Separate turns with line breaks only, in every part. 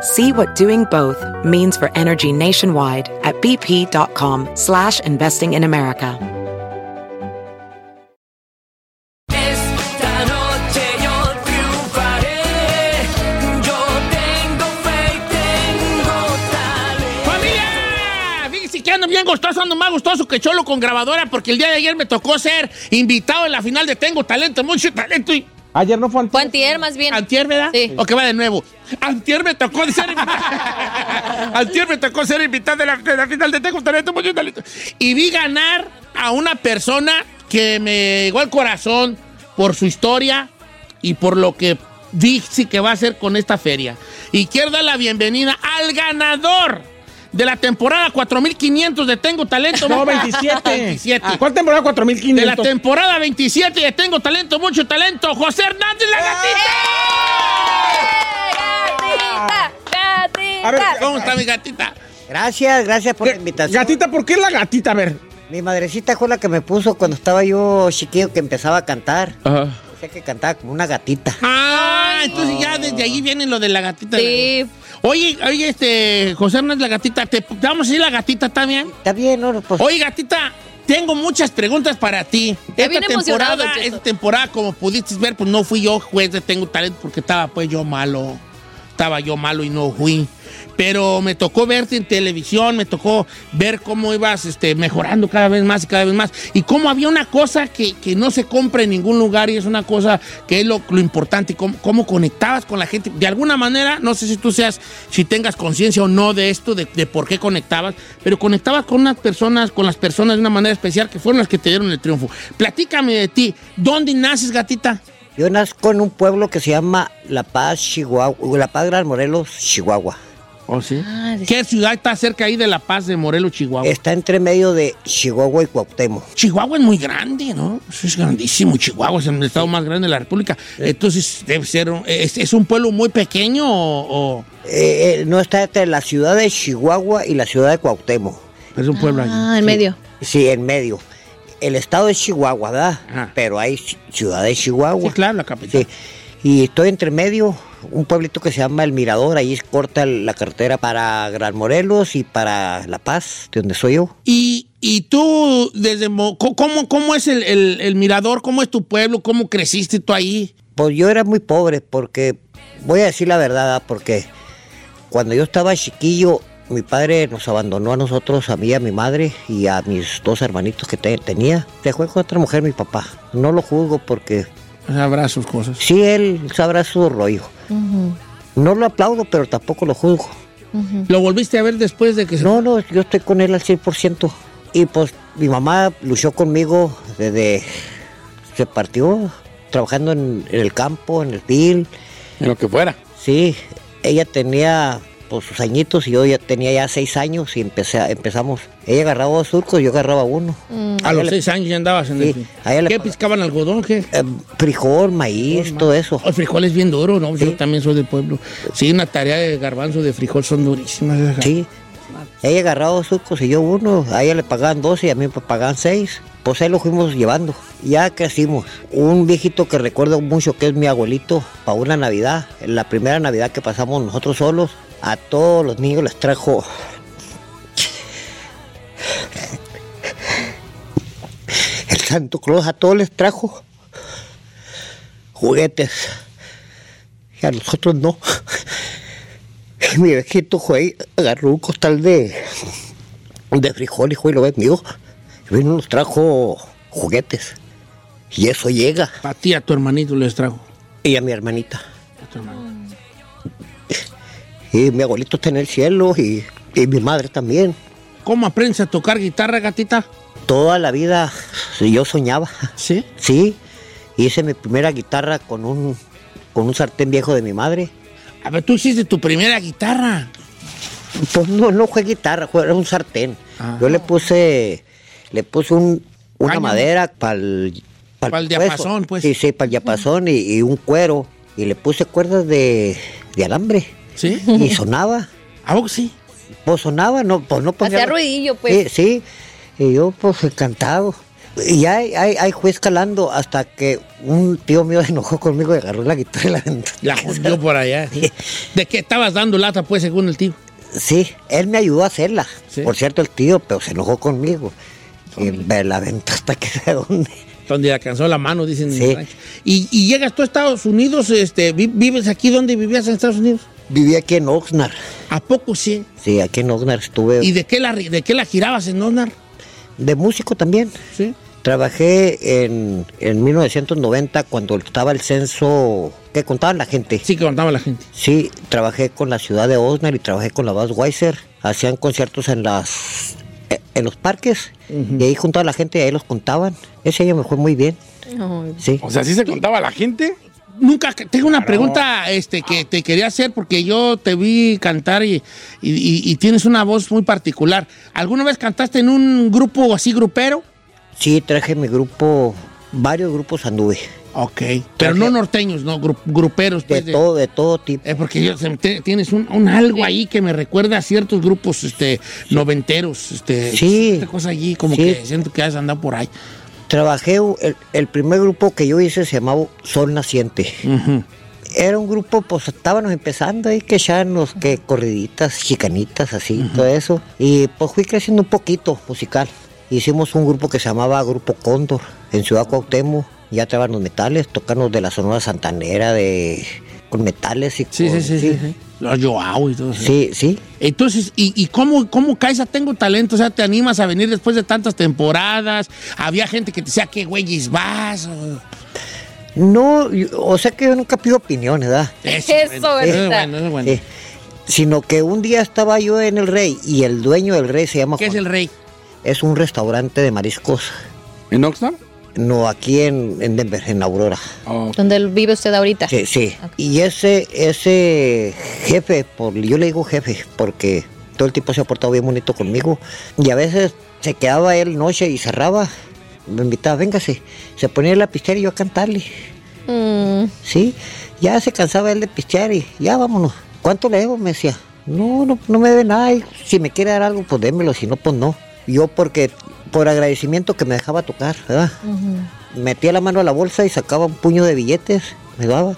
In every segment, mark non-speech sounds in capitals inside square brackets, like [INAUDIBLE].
See what doing both means for energy nationwide at bp.com slash investing in America.
Esta noche yo triunfaré. Yo tengo fe y tengo talento.
¡Familia! Fíjense que ando bien gustoso, ando más gustoso que Cholo con grabadora porque el día de ayer me tocó ser invitado en la final de Tengo Talento, mucho talento y
Ayer no fue antier.
Puantier, más bien.
Antier, ¿verdad?
Sí.
O que va de nuevo. Antier me tocó de
[LAUGHS]
ser invitado. Antier me tocó ser invitado de la, de la final de Tengo Talento, mucho talento. Y vi ganar a una persona que me llegó al corazón por su historia y por lo que dice que va a hacer con esta feria. Y quiero dar la bienvenida al ganador de la temporada 4500 de Tengo Talento.
No, 27.
27.
¿Cuál
De
temporada?
la
4500.
temporada 27 de Tengo Talento, mucho talento, José Hernández La
¡Ah!
Gatita.
¡Gatita! ¡Gatita!
A ver,
¿Cómo está mi gatita?
Gracias, gracias por la invitación.
Gatita, ¿por qué la gatita? A ver.
Mi madrecita fue la que me puso cuando estaba yo chiquillo que empezaba a cantar. O sea que cantaba como una gatita.
Ah, entonces ya desde ahí viene lo de la gatita.
Sí.
Oye, oye, este, José Hernández La Gatita, te te vamos a decir la gatita también.
Está bien, ¿no? Pues,
Oye, gatita, tengo muchas preguntas para ti.
Ya
Esta
viene emocionado,
temporada,
Don Cheto.
esta temporada, como pudiste ver, pues no fui yo juez de Tengo Talento porque estaba pues yo malo. Estaba yo malo y no fui. Pero me tocó verte en televisión, me tocó ver cómo ibas este, mejorando cada vez más y cada vez más. Y cómo había una cosa que, que no se compra en ningún lugar y es una cosa que es lo, lo importante, cómo, cómo conectabas con la gente. De alguna manera, no sé si tú seas, si tengas conciencia o no de esto, de, de por qué conectabas, pero conectabas con unas personas, con las personas de una manera especial que fueron las que te dieron el triunfo. Platícame de ti, ¿dónde naces, gatita?
yo nazco en un pueblo que se llama La Paz, Chihuahua. La Paz Gran Morelos, Chihuahua.
¿O sí? ¿Qué ciudad está cerca ahí de La Paz de Morelos, Chihuahua?
Está entre medio de Chihuahua y Cuauhtémoc.
Chihuahua es muy grande, ¿no? Eso es grandísimo. Chihuahua es el estado más grande de la República. Entonces, debe ser un- es, es un pueblo muy pequeño o, o
Eh, eh, no está entre la ciudad de Chihuahua y la ciudad de Cuauhtémoc.
es un pueblo allí?
Ah, en medio.
Sí, en medio. El estado es Chihuahua, ¿verdad?
Ajá.
Pero hay ci- ciudad de Chihuahua.
Sí, claro, la capital.
Sí. Y estoy entre medio, un pueblito que se llama El Mirador, ahí es corta la carretera para Gran Morelos y para La Paz, de donde soy yo.
Y, y tú, desde Mo- co- ¿cómo, cómo es el, el- el mirador? ¿Cómo es tu pueblo? ¿Cómo creciste tú ahí?
Pues yo era muy pobre porque, voy a decir la verdad, ¿ah? porque cuando yo estaba chiquillo, mi padre nos abandonó a nosotros, a mí, a mi madre y a mis dos hermanitos que te- tenía. Dejó con otra mujer mi papá. No lo juzgo porque
Sabrá sus cosas.
sí, él sabrá su rollo. No lo aplaudo, pero tampoco lo juzgo.
¿Lo volviste a ver después de que se...
No, no, yo estoy con él al 100%. Y pues mi mamá luchó conmigo desde se partió, trabajando en, en el campo, en el PIL.
En lo que fuera.
Sí, ella tenía pues, sus añitos y yo ya tenía ya seis años y empecé, a- empezamos. Ella agarraba dos surcos, yo agarraba uno.
A los seis años ya andabas en
Mm. Sí,
el...
a ella le
¿Qué
pagaba-
piscaban algodón? ¿Qué?
Eh, frijol, maíz, todo eso.
El frijol es bien duro, ¿no? Yo también soy del pueblo. Sí, una tarea de garbanzo de frijol son durísimas. esas.
Sí. Ella agarraba dos surcos y yo uno. A ella le pagaban 12 y a mí me pagaban 6. Pues ahí lo fuimos llevando. Ya crecimos. Un viejito que recuerdo mucho que es mi abuelito, para una Navidad, en la primera Navidad que pasamos nosotros solos, a todos los niños les trajo. El Santo Claus a todos les trajo juguetes. Y a nosotros no. Y Mi viejito fue ahí, agarró un costal de, de frijol y fue y lo vendió. Vino, nos trajo juguetes. Y eso llega.
A ti, a tu hermanito les trajo.
Y a mi hermanita.
A tu hermano.
Y mi abuelito está en el cielo y, y mi madre también.
¿Cómo aprendes a tocar guitarra, gatita?
Toda la vida yo soñaba.
Sí.
Sí, hice mi primera guitarra con un, con un sartén viejo de mi madre.
A ver, tú hiciste tu primera guitarra.
Pues no, no fue guitarra, fue, era un sartén.
Ah.
Yo le puse, le puse un, una
Caña.
madera para el...
Pa'l diapasón, pues.
Sí, sí, para el diapasón y, y un cuero. Y le puse cuerdas de, de alambre.
¿Sí?
Y sonaba.
¿A vos sí?
Pues sonaba, no, pues no ponía...
Hacía ruidillo, pues.
Sí, sí. Y yo, pues, encantado. Y ahí, ahí, ahí fui escalando hasta que un tío mío se enojó conmigo y agarró la guitarra y la aventó.
La jodió por
[LAUGHS]
allá. ¿De qué estabas dando lata, pues, según el tío?
Sí, él me ayudó a hacerla.
Sí.
Por cierto, el tío, pero se enojó conmigo. Y me la aventó [LAUGHS] hasta que sé dónde.
Donde alcanzó la mano, dicen. en
Sí.
el rancho. Y, y llegas tú a Estados Unidos, este, vi- ¿vives aquí donde vivías en Estados Unidos?
Viví aquí en Oxnard.
¿A poco sí?
Sí, aquí en Oxnard estuve.
¿Y de qué la, ri- de qué la girabas en Onar?
de músico también.
Sí.
Trabajé en, en 1990 cuando estaba el censo que contaban la gente.
Sí, que contaba la gente.
Sí, trabajé con la ciudad de Osnar y trabajé con la Budweiser. Hacían conciertos en las eh, en los parques y ahí juntaba la gente y ahí los contaban. Ese año me fue muy bien. Sí.
O sea, ¿sí se contaba la gente?
Nunca, tengo una pregunta este, que te quería hacer porque yo te vi cantar y, y- y- y tienes una voz muy particular. ¿Alguna vez cantaste en un grupo así grupero?
Sí, traje mi grupo, varios grupos anduve.
Ok. Pero no norteños, no, Gru- gruperos.
De
pues, de-
todo, de todo tipo.
Eh, porque yo- se- te- tienes un, un algo ahí que me recuerda a ciertos grupos este, noventeros. Este,
Sí.
Esta cosa allí, como
Sí.
que siento que has andado por ahí.
Trabajé, u- el, el primer grupo que yo hice se llamaba Sol Naciente.
Ujú.
Era un grupo, pues estábamos empezando ahí, que chanos, que corriditas, chicanitas, así, todo eso. Y pues fui creciendo un poquito musical. Hicimos un grupo que se llamaba Grupo Cóndor en Ciudad Cuauhtémoc. Ya traían los metales, tocanos de la Sonora Santanera, de con metales y
Sí, sí,
con-
sí, sí, sí. Los Joao y todo eso.
Sí, sí.
Entonces, ¿y, y cómo, cómo caes a Tengo Talento? O sea, ¿te animas a venir después de tantas temporadas? ¿Había gente que te decía, qué güeyes vas? O-
No, yo- o sea que yo nunca pido opiniones, ¿verdad?
Eso,
Eso,
bueno, eso es
¿verdad?
bueno, eso es bueno.
Eh, sino que un día estaba yo en el Rey y el dueño del Rey se llama
¿Qué es
Juan.
el rey?
Es un restaurante de mariscos.
¿En Oxnard?
No, aquí en, en Denver, en Aurora.
Oh.
¿Dónde vive usted ahorita?
Sí, sí. Y ese, ese jefe, por, yo le digo jefe, porque todo el tiempo se ha portado bien bonito conmigo. Y a veces se quedaba él noche y cerraba. Me invitaba, véngase. Se ponía la pistear y yo a cantarle.
Mm,
Sí, ya se cansaba él de pistear y ya vámonos. ¿Cuánto le debo? Me decía. No, no, no me debe nada. y si me quiere dar algo, pues démelo, si no, pues no. Yo porque, por agradecimiento que me dejaba tocar, ¿verdad? Metía la mano a la bolsa y sacaba un puño de billetes, me daba.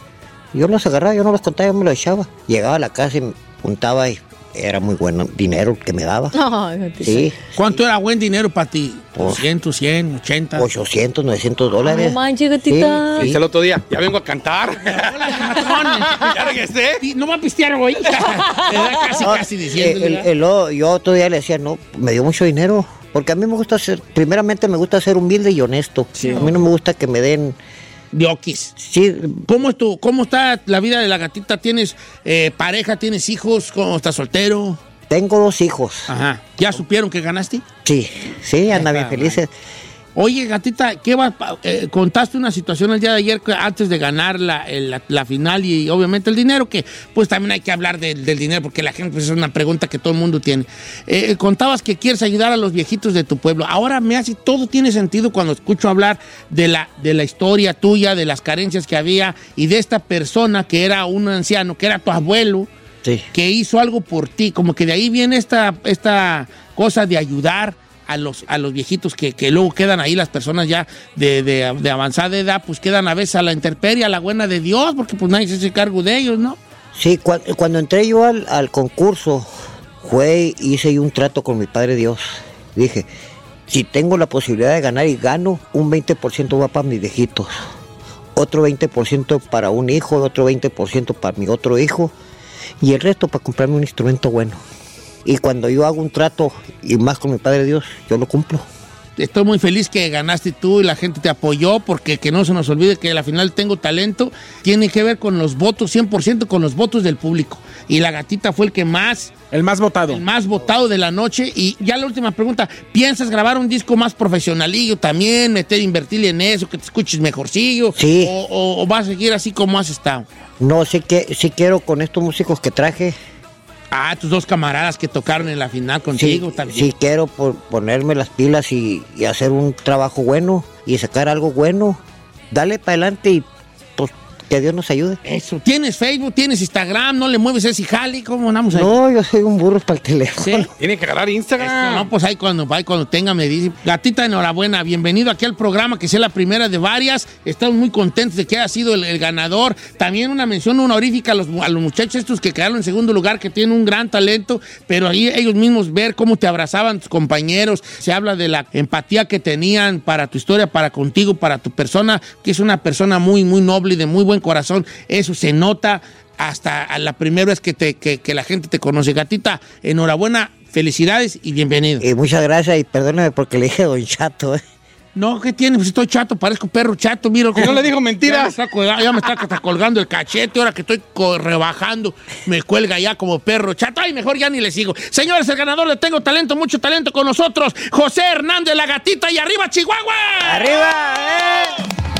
Yo los agarraba, yo no los contaba, yo me los echaba. Llegaba a la casa y me juntaba y era muy bueno dinero que me daba.
ay,
Sí,
¿Cuánto era
[LAUGHS]
buen dinero para ti?
Pues-
200, 100, 80.
800, 900 dólares.
No manches, gatita.
Sí,
Dice
sí.
el otro día, ya vengo a cantar.
Hola, matón.
ya regresé.
Y No va a pistear
[LAUGHS]
hoy. Era casi,
No, eh,
casi diciendo.
el-
¿verdad?
el- el- yo otro día le decía, no, me dio mucho dinero. Porque a mí me gusta ser, primeramente me gusta ser humilde y honesto. A mí no me gusta que me den,
Dioquis.
sí,
¿Cómo, es tu- ¿Cómo está la vida de la gatita? ¿Tienes eh, pareja? ¿Tienes hijos? ¿Cómo estás soltero?
tengo dos hijos.
Ajá. ¿Ya supieron que ganaste?
Sí, sí, andan bien
Ah,
felices.
Oye, gatita, ¿qué va? pa- eh, contaste una situación el día de ayer que antes de ganar la, eh, la- la final y, obviamente el dinero, que pues también hay que hablar del- del dinero porque la gente pues, es una pregunta que todo el mundo tiene. Eh, contabas que quieres ayudar a los viejitos de tu pueblo. Ahora me hace todo tiene sentido cuando escucho hablar de la, de la historia tuya, de las carencias que había y de esta persona que era un anciano, que era tu abuelo
Sí.
que hizo algo por ti. Como que de ahí viene esta, esta cosa de ayudar a los, a los viejitos que, que luego quedan ahí, las personas ya de, de- de avanzada edad, pues quedan a veces a la intemperie, a la buena de Dios, porque pues nadie se hace cargo de ellos, ¿no?
Sí, cua- cuando entré yo al, al concurso, fue, hice yo un trato con mi Padre Dios. Dije, si tengo la posibilidad de ganar y gano, un 20% va para mis viejitos, otro 20% para un hijo, otro 20% para mi otro hijo y el resto para comprarme un instrumento bueno. Y cuando yo hago un trato y más con mi Padre Dios, yo lo cumplo.
estoy muy feliz que ganaste tú y la gente te apoyó, porque que no se nos olvide que la final Tengo Talento tiene que ver con los votos, 100% con los votos del público. Y la gatita fue el que más,
El más votado.
el más votado de la noche. Y ya la última pregunta, ¿piensas grabar un disco más profesionalillo también, meter, invertirle en eso, que te escuches mejorcillo?
Sí.
O, o- o vas a seguir así como has estado?
No, sí que sí quiero con estos músicos que traje.
Ah, tus dos camaradas que tocaron en la final contigo
sí,
también.
sí quiero por- ponerme las pilas y, y hacer un trabajo bueno y sacar algo bueno. Dale para adelante y pues que Dios nos ayude.
Eso. ¿Tienes Facebook? ¿Tienes Instagram? ¿No le mueves ese jali? ¿Cómo andamos ahí?
No, yo soy un burro para el teléfono.
Sí.
Tiene que agarrar
Eso,
Instagram.
no, pues ahí cuando, ahí cuando tenga me dice. Gatita, enhorabuena, bienvenido aquí al programa, que sea la primera de varias. Estamos muy contentos de que haya sido el, el ganador. También una mención honorífica a los, a los muchachos estos que quedaron en segundo lugar, que tienen un gran talento, pero ahí ellos mismos ver cómo te abrazaban tus compañeros. Se habla de la empatía que tenían para tu historia, para contigo, para tu persona, que es una persona muy, muy noble y de muy buen corazón. Eso se nota. Hasta a la primera vez que, te, que, que la gente te conoce. Gatita, enhorabuena, Felicidades y bienvenido.
Y muchas gracias y perdóname porque le dije don Chato. ¿eh?
No, ¿qué tiene? Pues estoy chato, parezco perro chato, miro.
Que no le dijo mentiras.
Ya me está, colga- ya me está hasta colgando el cachete, ahora que estoy co- rebajando, me cuelga ya como perro chato. Ay, mejor ya ni le sigo. Señores, el ganador le tengo talento, mucho talento con nosotros. José Hernández, la gatita y arriba, Chihuahua.
¡Arriba!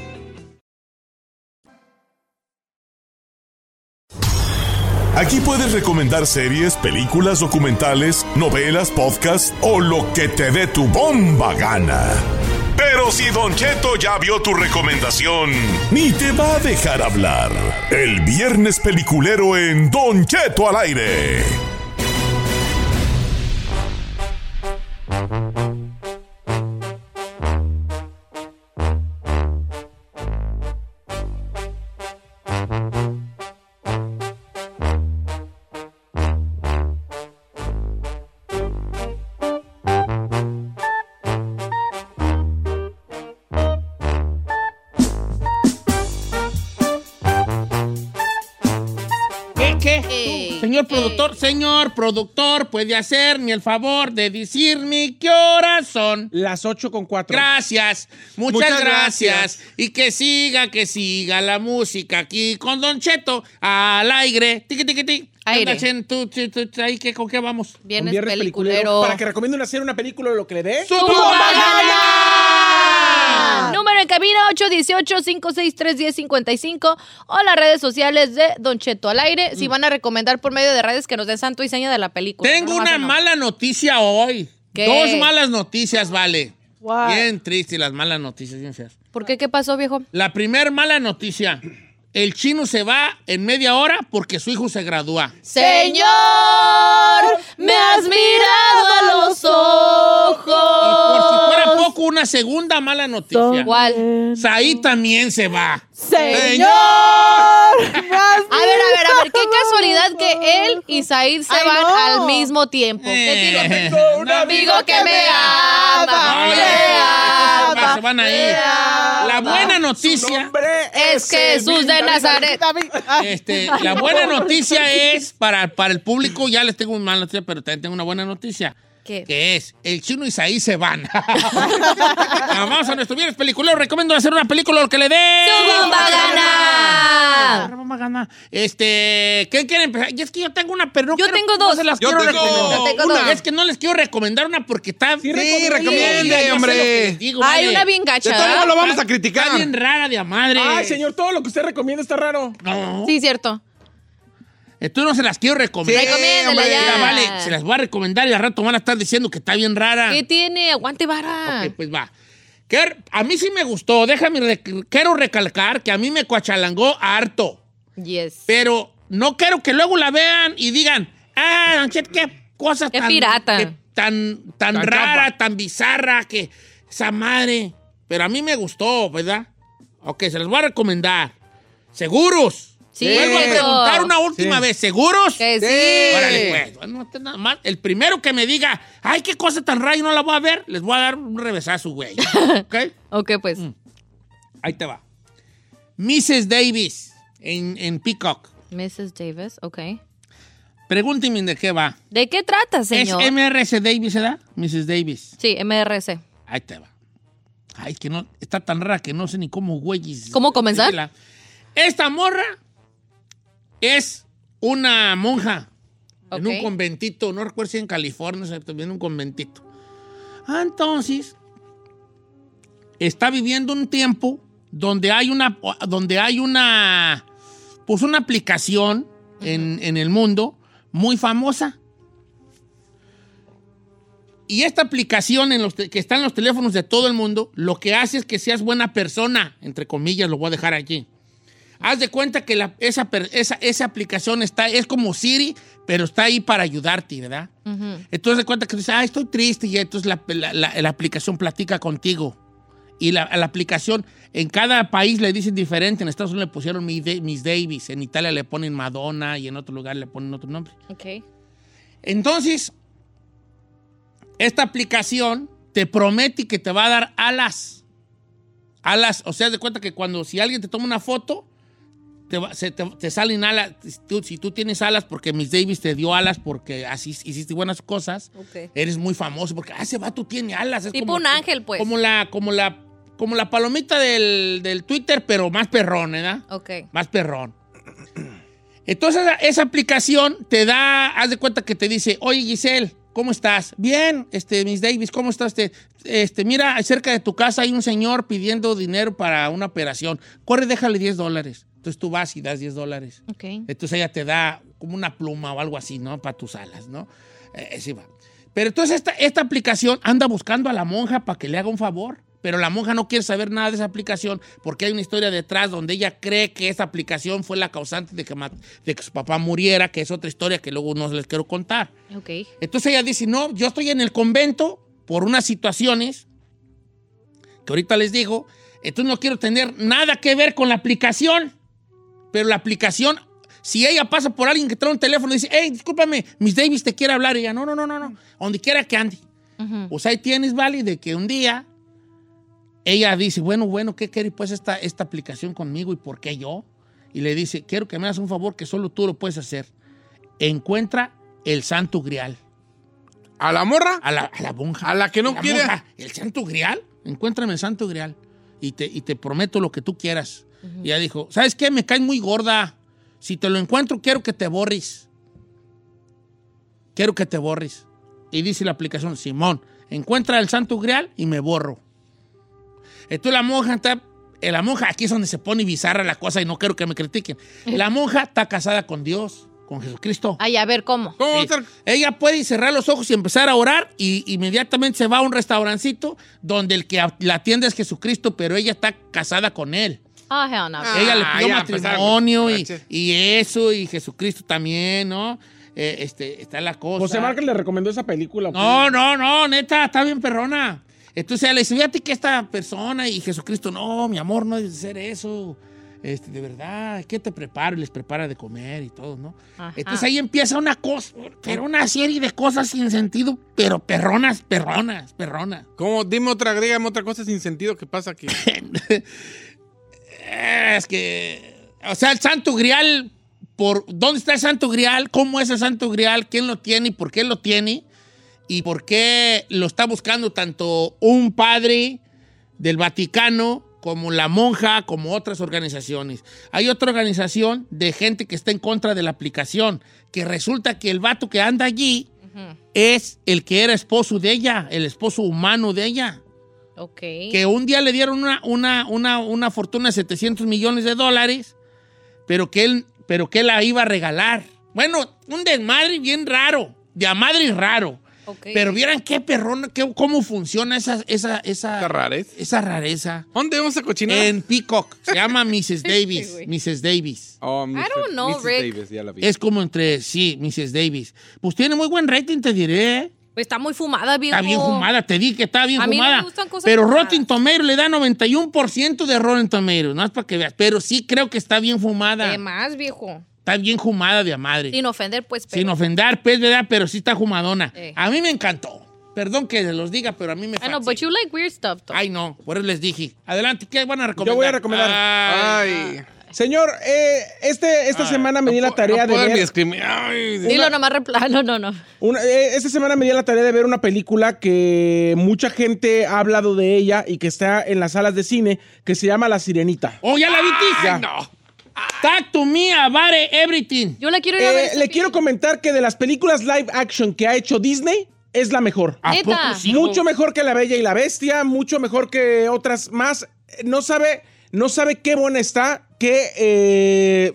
Aquí puedes recomendar series, películas, documentales, novelas, podcasts o lo que te dé tu bomba gana. Pero si Don Cheto ya vio tu recomendación, Mm, ni te va a dejar hablar. El viernes peliculero en Don Cheto al aire.
¿Qué? ¿Qué?
Ey,
señor
ey.
productor, señor productor, puede hacerme el favor de decirme qué horas son.
Las 8 con 4.
Gracias, muchas,
Muchas
gracias.
gracias.
Y que siga, que siga la música aquí con Don Cheto al aire. Tiqui, tiqui, tiqui. ¿Qué
Aire.
onda, Chen? ¿Tú, tú, tú, tú, ahí qué, ¿Con qué vamos?
Un
Viernes,
viernes
peliculero.
Para que recomiende una serie, una película o lo que le dé.
¡Su
Ah. Número en cabina 818-563-1055 o las redes sociales de Don Cheto al aire. Si van a recomendar por medio de redes que nos den santo y seña de la película.
Tengo
No nomás
una
uno.
mala noticia hoy.
¿Qué? Ah.
Dos malas noticias, vale.
Guau.
Bien triste las malas noticias, bien feas.
¿Por qué? ¿Qué pasó, viejo?
La primer mala noticia. El chino se va en media hora porque su hijo se gradúa.
Señor, me has mirado a los
Y por si
ojos.
fuera poco, una una segunda mala noticia.
¿Cuál?
Saí también se va.
¡Señor! A ver, a ver, a ver, [LAUGHS] qué casualidad que él y Said se van al mismo tiempo.
Eh,
¿Qué tiene?
un
amigo que me ama,
Ay,
me
esos
ama,
se van a ir. La
Ah,
buena noticia.
Es Jesús de Nazaret.
Ah. [LAUGHS]
Este, la buena noticia es para, para el público, ya les tengo una mala noticia, pero también tengo una buena noticia.
¿Qué?
Que es, el chino Isaí se van. [LAUGHS] Vamos a nuestro viernes película. Recomiendo hacer una película lo que le dé.
Ah.
gana!
Este, ¿quién quiere empezar? Y es que yo tengo una, pero no
Yo
quiero-
tengo
no
dos.
se las
Yo
quiero
tengo
recomendar.
Yo tengo
Una.
dos.
Es que no les quiero recomendar una porque está... Sí,
recomiende, hombre.
Hay una bien gacha, De todos ¿verdad? modos lo vamos a criticar.
Está bien rara de a madre.
Ay, señor, todo lo que usted recomienda está raro.
No.
Sí, cierto.
Eh, Tú no se las quiero recomendar.
Sí, Recomiéndela hombre. ya.
Mira, vale, se las voy a recomendar y al rato van a estar diciendo que está bien rara.
¿Qué tiene? Aguante vara.
Ok, pues va. Que- A mí sí me gustó. Déjame, rec- quiero recalcar que a mí me coachalangó harto.
Yes.
Pero no quiero que luego la vean y digan, ah, Don Cheto, qué cosa
Qué
tan...
pirata.
qué- tan, tan,
Tan
rara,
chapa.
tan bizarra, que esa madre. Pero a mí me gustó, ¿verdad? Ok, se los voy a recomendar. ¿Seguros?
Sí,
Vuelvo a
Cheto.
preguntar una última
Sí.
vez. ¿Seguros?
Que sí.
Órale, pues. Bueno, no está nada mal. El primero que me diga, ay, qué cosa tan rara y no la voy a ver, les voy a dar un revesazo,
[LAUGHS]
güey. ¿Ok? Mm.
ok, pues.
Ahí te va. Mrs. Davis en, en Peacock.
Mrs. Davis, ok.
Pregúnteme de qué va.
¿De qué trata, señor?
¿Es MRC Davis, ¿verdad? Mrs. Davis.
sí, MRC.
Ahí te va. Ay, que no. Está tan rara que no sé ni cómo, güeyes.
¿Cómo comenzar?
decirla. Esta morra es una monja en
Ok.
un conventito. No recuerdo si en California, o sea, también en un conventito. Ah, Entonces, está viviendo un tiempo donde hay una. Donde hay una. Pues una aplicación en, en el mundo muy famosa. Y esta aplicación en los te- que está en los teléfonos de todo el mundo, lo que hace es que seas buena persona, entre comillas, lo voy a dejar aquí. Haz de cuenta que la- esa, per- esa, esa aplicación está, es como Siri, pero está ahí para ayudarte, ¿verdad? Entonces de cuenta que dices, ah, estoy triste y entonces la, la- la- la aplicación platica contigo. Y la, a la aplicación, en cada país le dicen diferente. En Estados Unidos le pusieron Mi- Miss Davis, en Italia le ponen Madonna y en otro lugar le ponen otro nombre.
Ok.
Entonces, esta aplicación te promete que te va a dar alas. Alas, o sea, haz de cuenta que cuando si alguien te toma una foto, te, va- se te- te salen alas. Si tú, si tú tienes alas porque Miss Davis te dio alas porque así hiciste buenas cosas,
Ok.
eres muy famoso porque, ah, ese vato tiene alas. Es
Tipo
como-
un ángel, pues.
Como la, como la, como la palomita del, del Twitter, pero más perrón, ¿verdad?
Ok.
Más perrón. Entonces, esa, esa aplicación te da, haz de cuenta que te dice, oye Giselle, ¿cómo estás? Bien, este, Miss Davis, ¿cómo estás? Este, este, mira, cerca de tu casa hay un señor pidiendo dinero para una operación. Corre, déjale 10 dólares. Entonces tú vas y das 10 dólares.
Ok.
Entonces ella te da como una pluma o algo así, ¿no? Para tus alas, ¿no? Eh, sí va. Pero entonces esta, esta aplicación anda buscando a la monja para que le haga un favor. Pero la monja no quiere saber nada de esa aplicación porque hay una historia detrás donde ella cree que esa aplicación fue la causante de que, ma- de que su papá muriera, que es otra historia que luego no les quiero contar.
Ok.
Entonces ella dice, no, yo estoy en el convento por unas situaciones que ahorita les digo, entonces no quiero tener nada que ver con la aplicación, pero la aplicación, si ella pasa por alguien que trae un teléfono y dice, hey, discúlpame, Miss Davis te quiere hablar, y ella, no, no, no, no, no, donde quiera que ande. Pues ahí tienes, Vale, de que un día ella dice, bueno, bueno, ¿qué quiere pues esta, esta aplicación conmigo y por qué yo? Y le dice, quiero que me hagas un favor que solo tú lo puedes hacer. Encuentra el santo grial.
¿A la morra?
A la, a la monja.
A la que no
La
quiere.
monja, ¿El santo grial? Encuéntrame el santo grial y te, y te prometo lo que tú quieras. Y ella dijo, ¿sabes qué? Me caes muy gorda. Si te lo encuentro, quiero que te borres. Quiero que te borres. Y dice la aplicación, Simón, encuentra el santo grial y me borro. Entonces la monja está... eh, La monja, aquí es donde se pone bizarra la cosa y no quiero que me critiquen. La monja está casada con Dios, con Jesucristo.
Eh. Ay, a ver, ¿cómo?
Sí. Ella puede cerrar los ojos y empezar a orar y inmediatamente se va a un restaurancito donde el que a- la atiende es Jesucristo, pero ella está casada con él.
Oh, hell no.
Ah, ella le pidió
ya,
pues,
matrimonio y,
empezaron.
y eso, y Jesucristo también, ¿no? Eh, este, está la cosa.
José Márquez le recomendó esa película.
No, no, no, neta, está bien perrona. Entonces ella le dice, fíjate que esta persona y Jesucristo, no, mi amor, no debes hacer eso. Este, de verdad, ¿qué te preparo? Y les prepara de comer y todo, ¿no? Entonces ahí [LAUGHS] empieza una cosa, pero una serie de cosas sin sentido, pero perronas, perronas, perronas.
¿Cómo? Dime otra, dígame otra cosa sin sentido que
[LAUGHS]
pasa aquí.
es que, o sea, el Santo Grial, por, ¿dónde está el Santo Grial? ¿Cómo es el Santo Grial? ¿Quién lo tiene y por qué lo tiene? ¿Y por qué lo está buscando tanto un padre del Vaticano como la monja, como otras organizaciones? Hay otra organización de gente que está en contra de la aplicación, que resulta que el vato que anda allí es el que era esposo de ella, el esposo humano de ella
Ok.
que un día le dieron una, una, una, una fortuna de 700 millones de dólares, pero que, él, pero que la iba a regalar. Bueno, un desmadre bien raro, de a madre raro. Pero vieran qué perrón, qué- cómo funciona esa, esa, esa, rareza. esa rareza.
¿Dónde vamos a cochinar?
En Peacock. Se
[LAUGHS]
llama Mrs. Davis.
güey.
Mrs. Davis.
Oh,
I don't know, Rick.
Es como entre, sí, Mrs. Davis. Pues tiene muy buen rating, te diré. ¿eh?
Pues está muy fumada, viejo.
Está bien fumada, te dije que está bien
A mí no
fumada.
me gustan cosas
pero
fumadas.
Rotten Tomatoes le da 91% de Rotten Tomatoes, no es para que veas. Pero sí creo que está bien fumada.
De más, viejo.
Está bien fumada de a madre.
Sin ofender, pues.
Sin
pero-
ofender, pues, ¿verdad? Pero sí está fumadona.
Eh.
A mí me encantó. Perdón que se los diga, pero a mí me
I know,
fascina.
but you like weird stuff, though.
Ay, no, por eso les dije. Adelante, ¿qué van a recomendar?
Yo voy a recomendar.
Ay.
Señor, eh, este,
Ah,
esta semana me di la tarea de ver...
Dilo nomás, repla- [LAUGHS] no, no, no.
Una- eh, esta semana me di la tarea de ver una película que mucha gente ha hablado de ella y que está en las salas de cine, que se llama La Sirenita.
¡Oh, ya la viste!
Ah, Ya.
Talk to me about everything.
Yo la quiero ir a ver.
Eh, le quiero comentar que de las películas live action que ha hecho Disney, es la mejor.
¿A
Neta.
poco sí,
Mucho mejor que La Bella y la Bestia, mucho mejor que otras más. Eh, No sabe, no sabe qué buena está, qué, eh,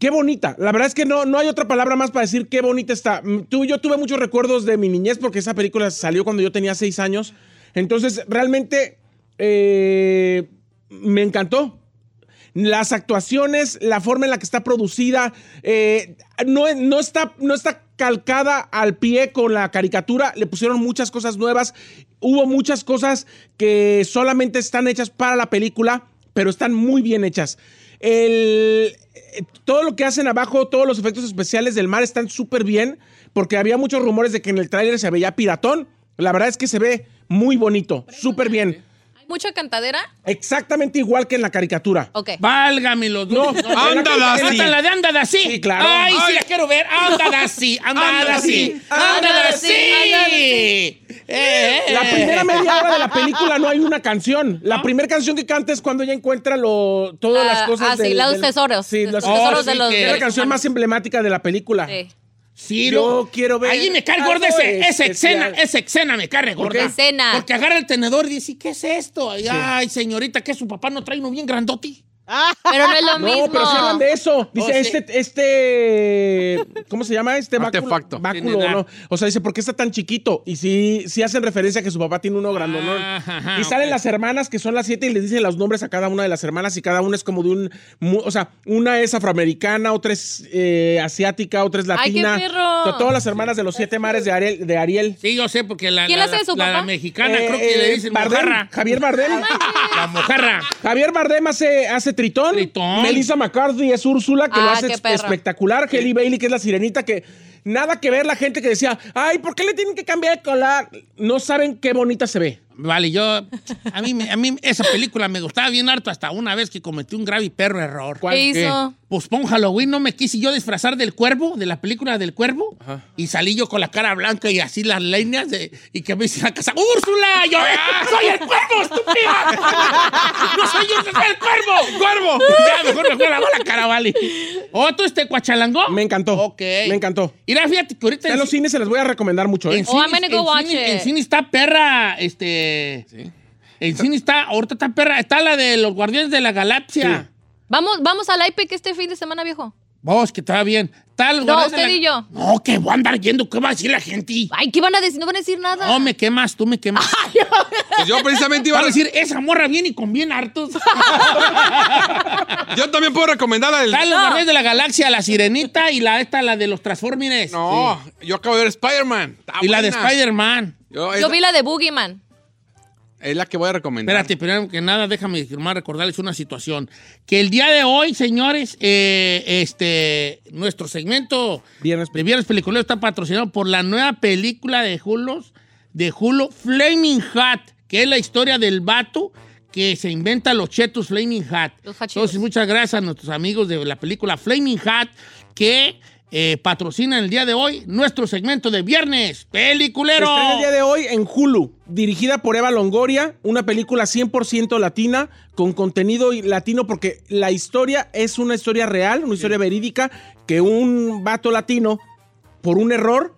qué bonita. La verdad es que no, no hay otra palabra más para decir qué bonita está. Mm, Tú, yo tuve muchos recuerdos de mi niñez porque esa película salió cuando yo tenía seis años. Entonces, realmente eh, me encantó. Las actuaciones, la forma en la que está producida, eh, no, no está, no está calcada al pie con la caricatura, le pusieron muchas cosas nuevas, hubo muchas cosas que solamente están hechas para la película, pero están muy bien hechas. El- eh, todo lo que hacen abajo, todos los efectos especiales del mar están súper bien, porque había muchos rumores de que en el tráiler se veía piratón, la verdad es que se ve muy bonito, súper bien,
¿Hay mucha cantadera?
exactamente igual que en la caricatura.
Ok.
Válgame los dos.
No,
ándala así.
Ándala de ándala así.
Sí, claro.
Ay, sí
Ay.
la quiero ver. Ándala [LAUGHS] así. Ándala
Ándala
así.
así,
Ándala
ándala
así.
así, ándala así.
Eh, eh,
La
eh.
primera media hora de la película no hay una canción.
Ah.
La primera canción que canta es cuando ella encuentra lo, todas
Ah,
las cosas.
ah, sí, los tesoros.
Sí, los
[LAUGHS] Los
tesoros
tesoros
de los-
Es
de
la
los
canción más emblemática de la película.
Sí.
Sí,
Yo
lo-
quiero ver
Ahí me cae gorda
algo
ese- esa
especial.
escena. Esa escena me cae gorda.
qué? Escena.
Porque agarra el tenedor y dice, ¿qué es esto? Ay, ay, señorita, ¿qué su papá no trae uno bien grandote?
[LAUGHS] Pero no es lo
No,
mismo.
pero se hablan de eso. Dice,
Oh, sí.
este, este, ¿cómo se llama? Este báculo-
Artefacto.
báculo,
Tiene
¿no? O sea, dice, ¿por qué está tan chiquito? Y sí, sí hacen referencia a que su papá tiene uno grandonón.
Ajá,
y salen
ok.
las hermanas, que son las siete, y les dicen los nombres a cada una de las hermanas, y cada una es como de un, mu- o sea, una es afroamericana, otra es eh, asiática, otra es
Ay, qué
latina.
perro.
O sea, todas las hermanas de los siete mares de Ariel. De Ariel.
Sí, yo sé, porque la,
¿Quién
la,
hace de su
la- la
papá?
mexicana
Eh,
creo que le
eh,
dicen
Bardem,
mojarra.
Javier Bardem.
La mojarra.
Javier Bardem hace, hace Tritón.
Tritón.
Melissa McCarthy es Úrsula, que lo
Ah,
hace
qué
es-
perro.
espectacular. Kelly Bailey, que es la sirenita, que nada que ver la gente que decía, ay, ¿por qué le tienen que cambiar de color? No saben qué bonita se ve.
Vale, yo. A mí, me- a mí esa película me gustaba bien harto hasta una vez que cometí un grave y perro error.
¿Qué hizo?
Pues pon Halloween, no me quise yo disfrazar del cuervo, de la película del cuervo, y salí yo con la cara blanca y así las líneas, de- y que me dice la casa, ¡Úrsula! Y Yo, "Eh, ¡Soy el cuervo, estúpida! ¡No soy yo, soy el cuervo! ¡Cuervo! Ya, mejor me fui a lavar la cara, vale. ¿Otro este cuachalangó?
Me encantó.
Ok.
Me encantó.
Mira, fíjate que ahorita...
Ya en los cines se las voy a recomendar mucho. ¿eh?
En
Oh,
cine,
I'm gonna go
en
watch
cine-
it.
en cine está perra, este. En cine está, ahorita está perra, está la de los Guardianes de la Galaxia.
Vamos, vamos al IPEC este fin de semana, viejo.
Vos, que está bien. Está los
No,
Guardianes de
usted
la-
y yo.
No, que voy a andar yendo, ¿qué va a decir la gente?
Ay, ¿qué van a decir? No van a decir nada.
No, me quemas, tú me
[LAUGHS]
quemas.
Pues yo precisamente iba
Van
a
a
decir,
decir, esa morra viene y con bien
[LAUGHS]
hartos.
yo también puedo recomendar la del...
Está los Guardianes de la Galaxia, la Sirenita y la esta, la de los Transformers.
No, yo acabo de ver Spider-Man. Está
Y la de
buena.
Spider-Man.
Yo,
Yo
esa-
vi la de Boogeyman.
Es la que voy a recomendar. Espérate, primero que nada, déjame firmar, recordarles una situación. Que el día de hoy, señores, eh, este, nuestro segmento de Viernes Peliculero está patrocinado por la nueva película de Julos, de Julo, Flaming Hat, que es la historia del vato que se inventa los chetos Flaming Hat. Entonces, muchas gracias a nuestros amigos de la película Flaming Hat, que eh, patrocinan el día de hoy nuestro segmento de Viernes
Se
Peliculero.
estrena el día de hoy en Hulu, dirigida por Eva Longoria, una película 100% latina, con contenido y- latino, porque la historia es una historia real, una historia verídica, que un vato latino, por un error,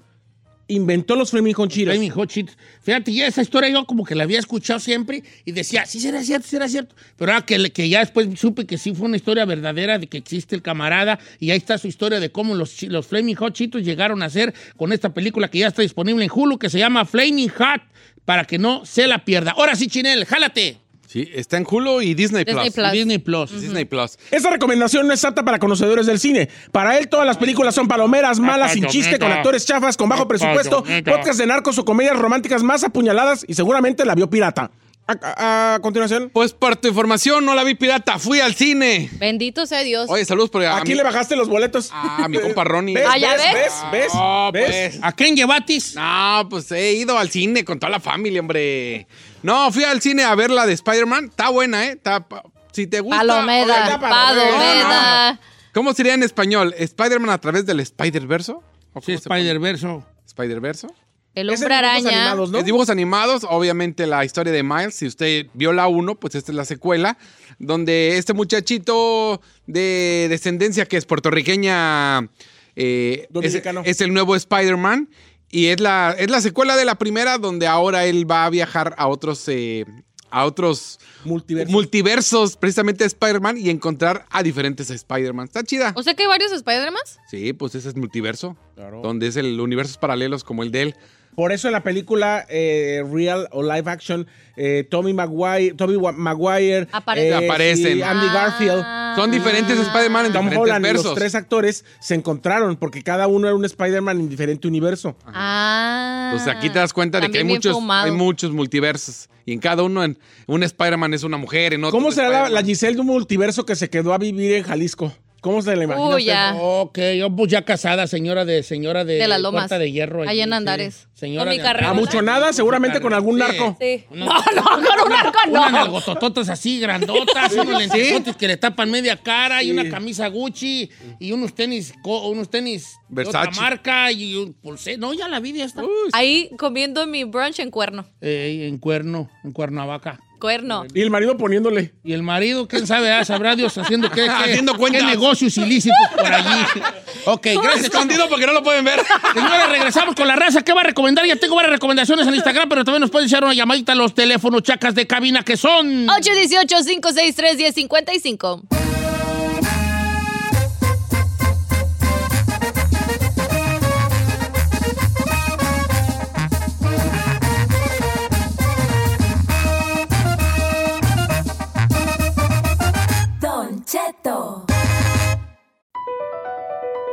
inventó los Flaming Hot Cheetos.
Flaming Hot Cheetos. Fíjate, ya esa historia yo como que la había escuchado siempre y decía, sí será cierto, será cierto. Pero ahora que, le- que ya después supe que sí fue una historia verdadera de que existe el camarada y ahí está su historia de cómo los, chi- los Flaming Hot Cheetos llegaron a ser con esta película que ya está disponible en Hulu que se llama Flaming Hot para que no se la pierda. Ahora sí, Chinel, jálate.
Sí, está en Hulu y Disney,
Disney Plus.
Plus.
Disney Plus.
Disney Plus.
Esa recomendación no es apta para conocedores del cine. Para él todas las películas son Ah, palomeras, Ah, malas, sin chiste, con actores chafas, con bajo presupuesto, podcast de narcos o comedias románticas más apuñaladas y seguramente la vio pirata. A, a- a continuación.
Pues por tu información, no la vi pirata, fui al cine.
Bendito sea Dios.
Oye, saludos por
¿A quién le bajaste los boletos?
A
[LAUGHS]
mi compa Ronnie. pues.
¿Ves,
Ah, ya
ves,
ves.
ves, ves, ves?
¿A quién llevatis?
No, pues he ido al cine con toda la familia, hombre. No, fui al cine a ver la de Spider-Man. Está buena, ¿eh? Está pa- si te gusta.
Palomera,
Oye,
palomera.
¿Cómo sería en español? ¿Spider-Man a través del Spider-Verso? Sí,
Spider-Verso.
¿Spider-Verso?
El hombre araña.
Es dibujos animados, obviamente la historia de Miles. Si usted vio la 1, pues esta es la secuela, donde este muchachito de descendencia que es puertorriqueña eh, es,
Dominicano.
es el nuevo Spider-Man. Y es la, es la secuela de la primera, donde ahora él va a viajar a otros. eh, a otros
multiversos.
precisamente de Spider-Man, y encontrar a diferentes Spider-Man. Está chida.
O sea que hay varios Spider-Mans.
Sí, pues ese es multiverso. Donde es el universos paralelos como el de él.
Por eso en la película eh, real o live action, eh, Tommy Maguire, Toby Wa- Maguire
Aparecen.
eh,
Aparecen.
y Andy Garfield.
Ah.
Son diferentes Spider-Man en
Tom
diferentes
Holland,
versos.
los tres actores se encontraron porque cada uno era un Spider-Man en diferente universo.
Ah.
Pues aquí te das cuenta de que hay
También bien
muchos,
fumado.
hay muchos multiversos. Y en cada uno, en un Spider-Man es una mujer, en otro.
¿Cómo
es
será la,
Spider-Man.
la Giselle de un multiverso que se quedó a vivir en Jalisco? ¿Cómo se la imagina?
Uy,
usted?
ya.
Ok, yo pues ya casada, señora de señora de,
De las lomas.
Puerta de hierro.
Allá en [LAUGHS] Andares.
Señora
Con mi
de-
carrera.
A mucho nada, seguramente con algún narco.
Sí. No, no, [LAUGHS] con un arco no.
Unas nalgotototas así, grandotas,
Sí.
unos
Sí.
lentesotes que le tapan media cara y
Sí.
una camisa Gucci y unos tenis, co- unos tenis de otra
Versace.
marca [LAUGHS] y un pulsé. No, ya la vi, ya está.
Ahí comiendo mi brunch en cuerno.
Eh, en cuerno, en cuernavaca.
Cuerno.
Y el marido poniéndole.
Y el marido, quién sabe, ah, sabrá Dios haciendo
[LAUGHS]
qué, qué-
Haciendo
qué
cuentas.
negocios ilícitos por
[LAUGHS]
allí. Ok, gracias.
Escondido porque no lo pueden
[LAUGHS]
ver.
Señora, regresamos con la raza. ¿Qué va a recomendar? Ya tengo varias recomendaciones en Instagram, pero también nos pueden echar una llamadita a los teléfonos chacas de cabina que son.
818-563-1055.
Don Cheto.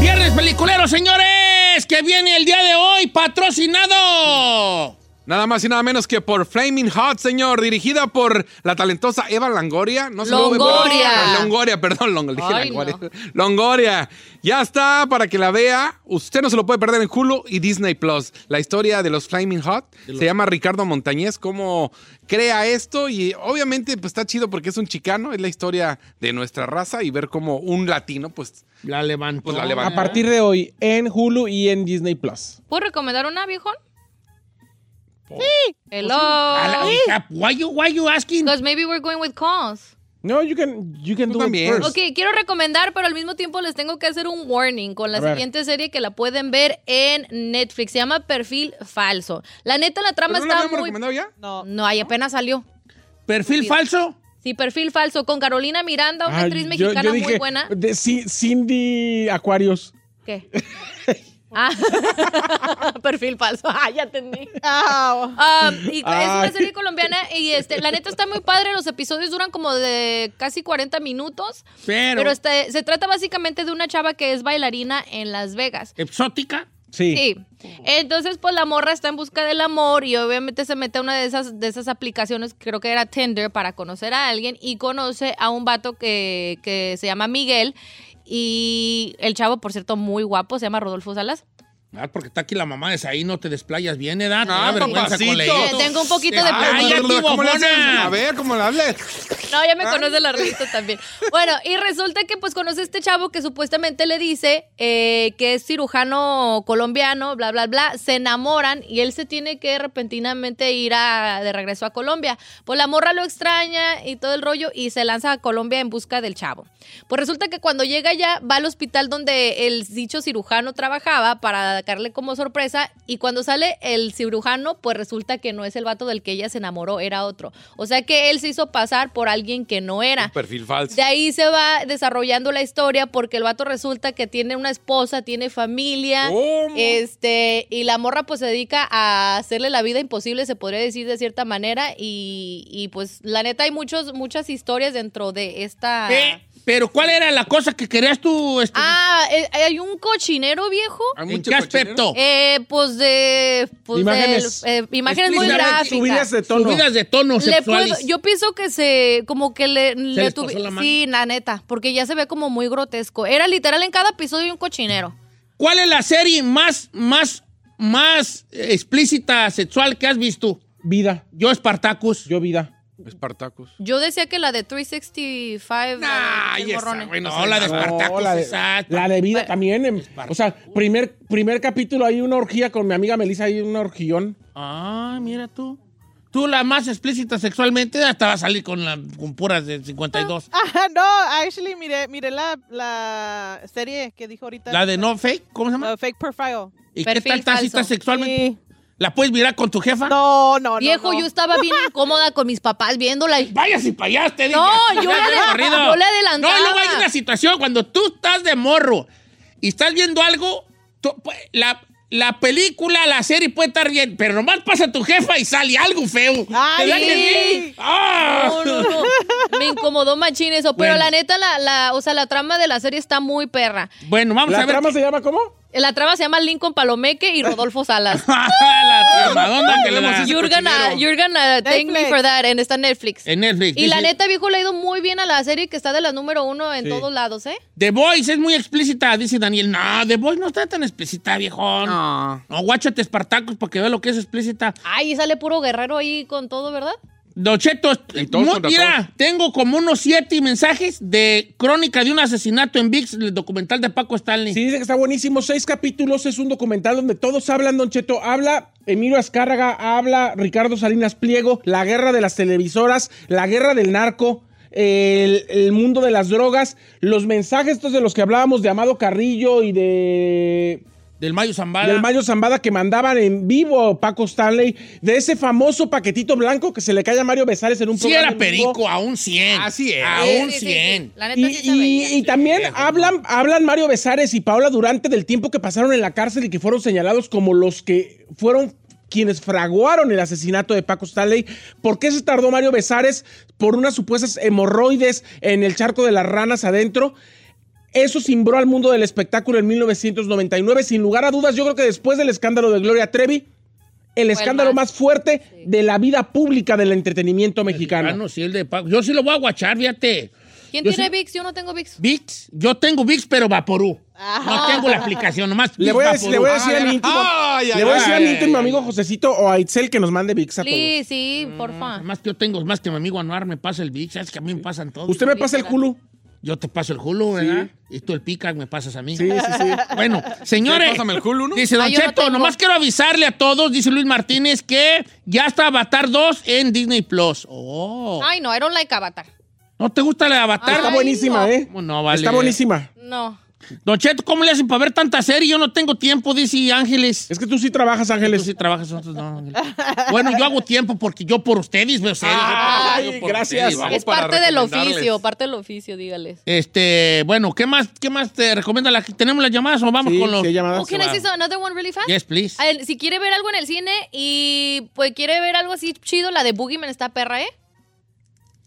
Viernes peliculero, señores, que viene el día de hoy patrocinado
Nada más y nada menos que por Flaming Hot, señor, dirigida por la talentosa Eva Langoria. No se lo ve,
Longoria.
pero- Longoria, perdón, Long- dije
Ay,
Langoria. Longoria. Ya está para que la vea. Usted no se lo puede perder en Hulu y Disney Plus. La historia de los Flaming Hot se llama Ricardo Montañez, cómo crea esto y obviamente pues está chido porque es un chicano, es la historia de nuestra raza y ver cómo un latino pues
la levantó.
Pues la levantó.
A partir de hoy, en Hulu y en Disney Plus.
¿Puedo recomendar una, viejón? Sí. Hello.
la hija,
why you why you asking?
Because maybe we're going with calls.
No, you can, you can do it first.
Ok, quiero recomendar, pero al mismo tiempo les tengo que hacer un warning con la
A ver.
siguiente serie que la pueden ver en Netflix. Se llama Perfil Falso. La neta, la trama
¿Pero no la
está
habíamos
muy.
recomendado ya?
No. No, ahí apenas salió.
¿Perfil falso?
Sí, Perfil Falso con Carolina Miranda, una
Ah,
actriz
yo-
mexicana
yo
muy
dije,
buena.
de Ci- Cindy Acuarios.
¿Qué? Ah, [LAUGHS] perfil falso. [LAUGHS] Ah, ya entendí. Ah, y es
Ay.
una serie colombiana y este, la neta está muy padre. Los episodios duran como de casi 40 minutos.
Pero-
este, se trata básicamente de una chava que es bailarina en Las Vegas.
¿Exótica?
Sí. Entonces, pues la morra está en busca del amor y obviamente se mete a una de esas, de esas aplicaciones, creo que era Tinder, para conocer a alguien y conoce a un vato que, que se llama Miguel. Y el chavo, por cierto, muy guapo, se llama Rodolfo Salas.
Ah, porque está aquí la mamá de ahí, no te desplayas bien, ¿eh, edad.
Ah, papacito.
Eh, tengo un poquito de
¡Ay, ya
¿Cómo le haces?
bofona!
A ver, ¿cómo le hables?
No, ya me conoce la revista también. Bueno, y resulta que pues conoce a este chavo que supuestamente le dice eh, que es cirujano colombiano, bla, bla, bla. Se enamoran y él se tiene que repentinamente ir a- de regreso a Colombia. Pues la morra lo extraña y todo el rollo y se lanza a Colombia en busca del chavo. Pues resulta que cuando llega allá va al hospital donde el dicho cirujano trabajaba para darle como sorpresa y cuando sale el cirujano pues resulta que no es el vato del que ella se enamoró, era otro. O sea que él se hizo pasar por alguien que no era.
Perfil falso.
De ahí se va desarrollando la historia porque el vato resulta que tiene una esposa, tiene familia, este, y la morra pues se dedica a hacerle la vida imposible, se podría decir de cierta manera, y, y, pues la neta hay muchos, muchas historias dentro de esta...
Eh, Pero ¿cuál era la cosa que querías tú? este,
Ah, eh, hay un cochinero viejo.
¿Hay ¿En mucho qué cochinero? aspecto?
Eh, pues de. pues
Imágenes.
del- eh, imágenes muy
Explícame,
gráficas.
subidas de tono. Subidas de tono
Le
sexuales.
puedo- yo pienso que se. Como que le. le
les pasó la mano.
sí, la neta. Porque ya se ve como muy grotesco. Era literal en cada episodio un cochinero.
¿Cuál es la serie más, más, más explícita sexual que has visto?
Vida.
Yo, Espartacus.
Yo, Vida.
Espartacus.
Yo decía que la de eh, 365. Nah,
No, la de Espartacus,
la, de,
exacto.
la de vida también. em, o sea, primer, primer capítulo hay una orgía con mi amiga Melissa, hay un orgión.
Ah, mira tú. Tú la más explícita sexualmente, hasta va a salir con, la, con puras de 52.
Ah, no, actually, miré, miré la, la serie que dijo ahorita.
La de no fake, ¿cómo se llama?
Uh, fake Profile.
¿Y qué tal estás estás sexualmente? ¿La puedes mirar con tu jefa?
No, no,
Viejo, yo estaba bien incómoda con mis papás viéndola. y-
Váyase para allá, usted.
No,
dije, [LAUGHS] [LAUGHS]
yo
ya
le-
de corrido.
yo le adelantaba.
No, y luego hay una situación, cuando tú estás de morro y estás viendo algo, tú- la, la película, la serie puede estar bien, pero nomás pasa tu jefa y sale algo feo.
Ay,
¿Te da que
sí.
sí? ¡Ah!
No,
[LAUGHS]
no, no. Me incomodó machín eso. Pero
Bueno.
la neta, la, la, o sea, la trama de la serie está muy perra.
Bueno, vamos
¿La
a ver.
trama se llama cómo?
La trama se llama Lincoln
[LAUGHS]
Palomeque y Rodolfo Salas.
Ah, la trama, ¿dónde que la-
You're gonna, you're gonna thank me
Netflix.
for that. En esta Netflix.
En Netflix.
Y la
dice,
neta, viejo, le ha ido muy bien a la serie que está de la número uno en
Sí.
todos lados, ¿eh?
The Voice es muy explícita, dice Daniel. No, The Voice no está tan explícita, viejón. No. No, guáchate Espartacus para que vea lo que es explícita.
Ay, y sale puro guerrero ahí con todo, ¿verdad?
Docheto,
todos
mu-
contra
mira, tengo como unos siete mensajes de crónica de un asesinato en VIX, el documental de Paco Stanley.
Sí, dice que está buenísimo. Seis capítulos, es un documental donde todos hablan, Don Cheto. Habla Emilio Azcárraga, habla Ricardo Salinas Pliego, la guerra de las televisoras, la guerra del narco, el, el mundo de las drogas, los mensajes estos de los que hablábamos de Amado Carrillo y de...
Del Mayo Zambada.
Del Mayo Zambada que mandaban en vivo Paco Stanley, de ese famoso paquetito blanco que se le cae a Mario Besares en un
Sí
programa
era
en vivo.
perico, a un 100. Así es. A
Sí,
un
sí, sí,
100.
La
Y, y- y también hablan, hablan Mario Besares y Paola Durante del tiempo que pasaron en la cárcel y que fueron señalados como los que fueron quienes fraguaron el asesinato de Paco Stanley. ¿Por qué se tardó Mario Besares por unas supuestas hemorroides en el charco de las ranas adentro? Eso cimbró al mundo del espectáculo en 1999. Sin lugar a dudas, yo creo que después del escándalo de Gloria Trevi, el escándalo más fuerte de la vida pública del entretenimiento mexicano.
Ah, sí, el de Yo sí lo voy a guachar, fíjate.
¿Quién
Yo
tiene
sí-
VIX? Yo no tengo VIX.
VIX, yo tengo VIX, pero Vaporú. No tengo la aplicación, nomás.
Le voy a decir, le voy a decir a mi íntimo, le voy a decir a mi íntimo amigo Josecito o a Itzel que nos mande VIX a todos.
Sí, sí, porfa.
Más que yo tengo, más que mi amigo Anuar me pasa el VIX, sabes que a mí me pasan todos.
Usted me pasa el culo.
Yo te paso el culo, ¿verdad? Y tú el pica me pasas a mí.
Sí, sí, sí.
Bueno, señores.
Sí, pásame el culo, ¿no?
Dice Don
Ah, yo no
Cheto,
tengo.
nomás quiero avisarle a todos, dice Luis Martínez, que ya está Avatar 2 en Disney Plus. Oh.
Ay, no, I don't like Avatar.
¿No te gusta la de Avatar?
Está buenísima, ¿eh?
¿Cómo no, vale?
Está buenísima.
No.
Don Cheto, ¿cómo le hacen para ver tanta serie? Yo no tengo tiempo, dice Ángeles.
Es que tú sí trabajas, Ángeles.
Tú sí trabajas, nosotros no, Ángeles. Bueno, [LAUGHS] yo hago tiempo porque yo por ustedes veo series.
Ay,
Yo por
gracias.
ustedes, vamos
es
para
parte del
recomendarles.
oficio, parte del oficio, dígales.
Este, bueno, ¿qué más, qué más te recomienda? La, ¿Tenemos las llamadas o vamos
Sí,
con los...?
sí hay llamadas.
Oh, can I say so- another one really fast?
Yes, please.
A ver, si quiere ver algo en el cine y pues quiere ver algo así chido, la de Boogeyman está perra, ¿eh?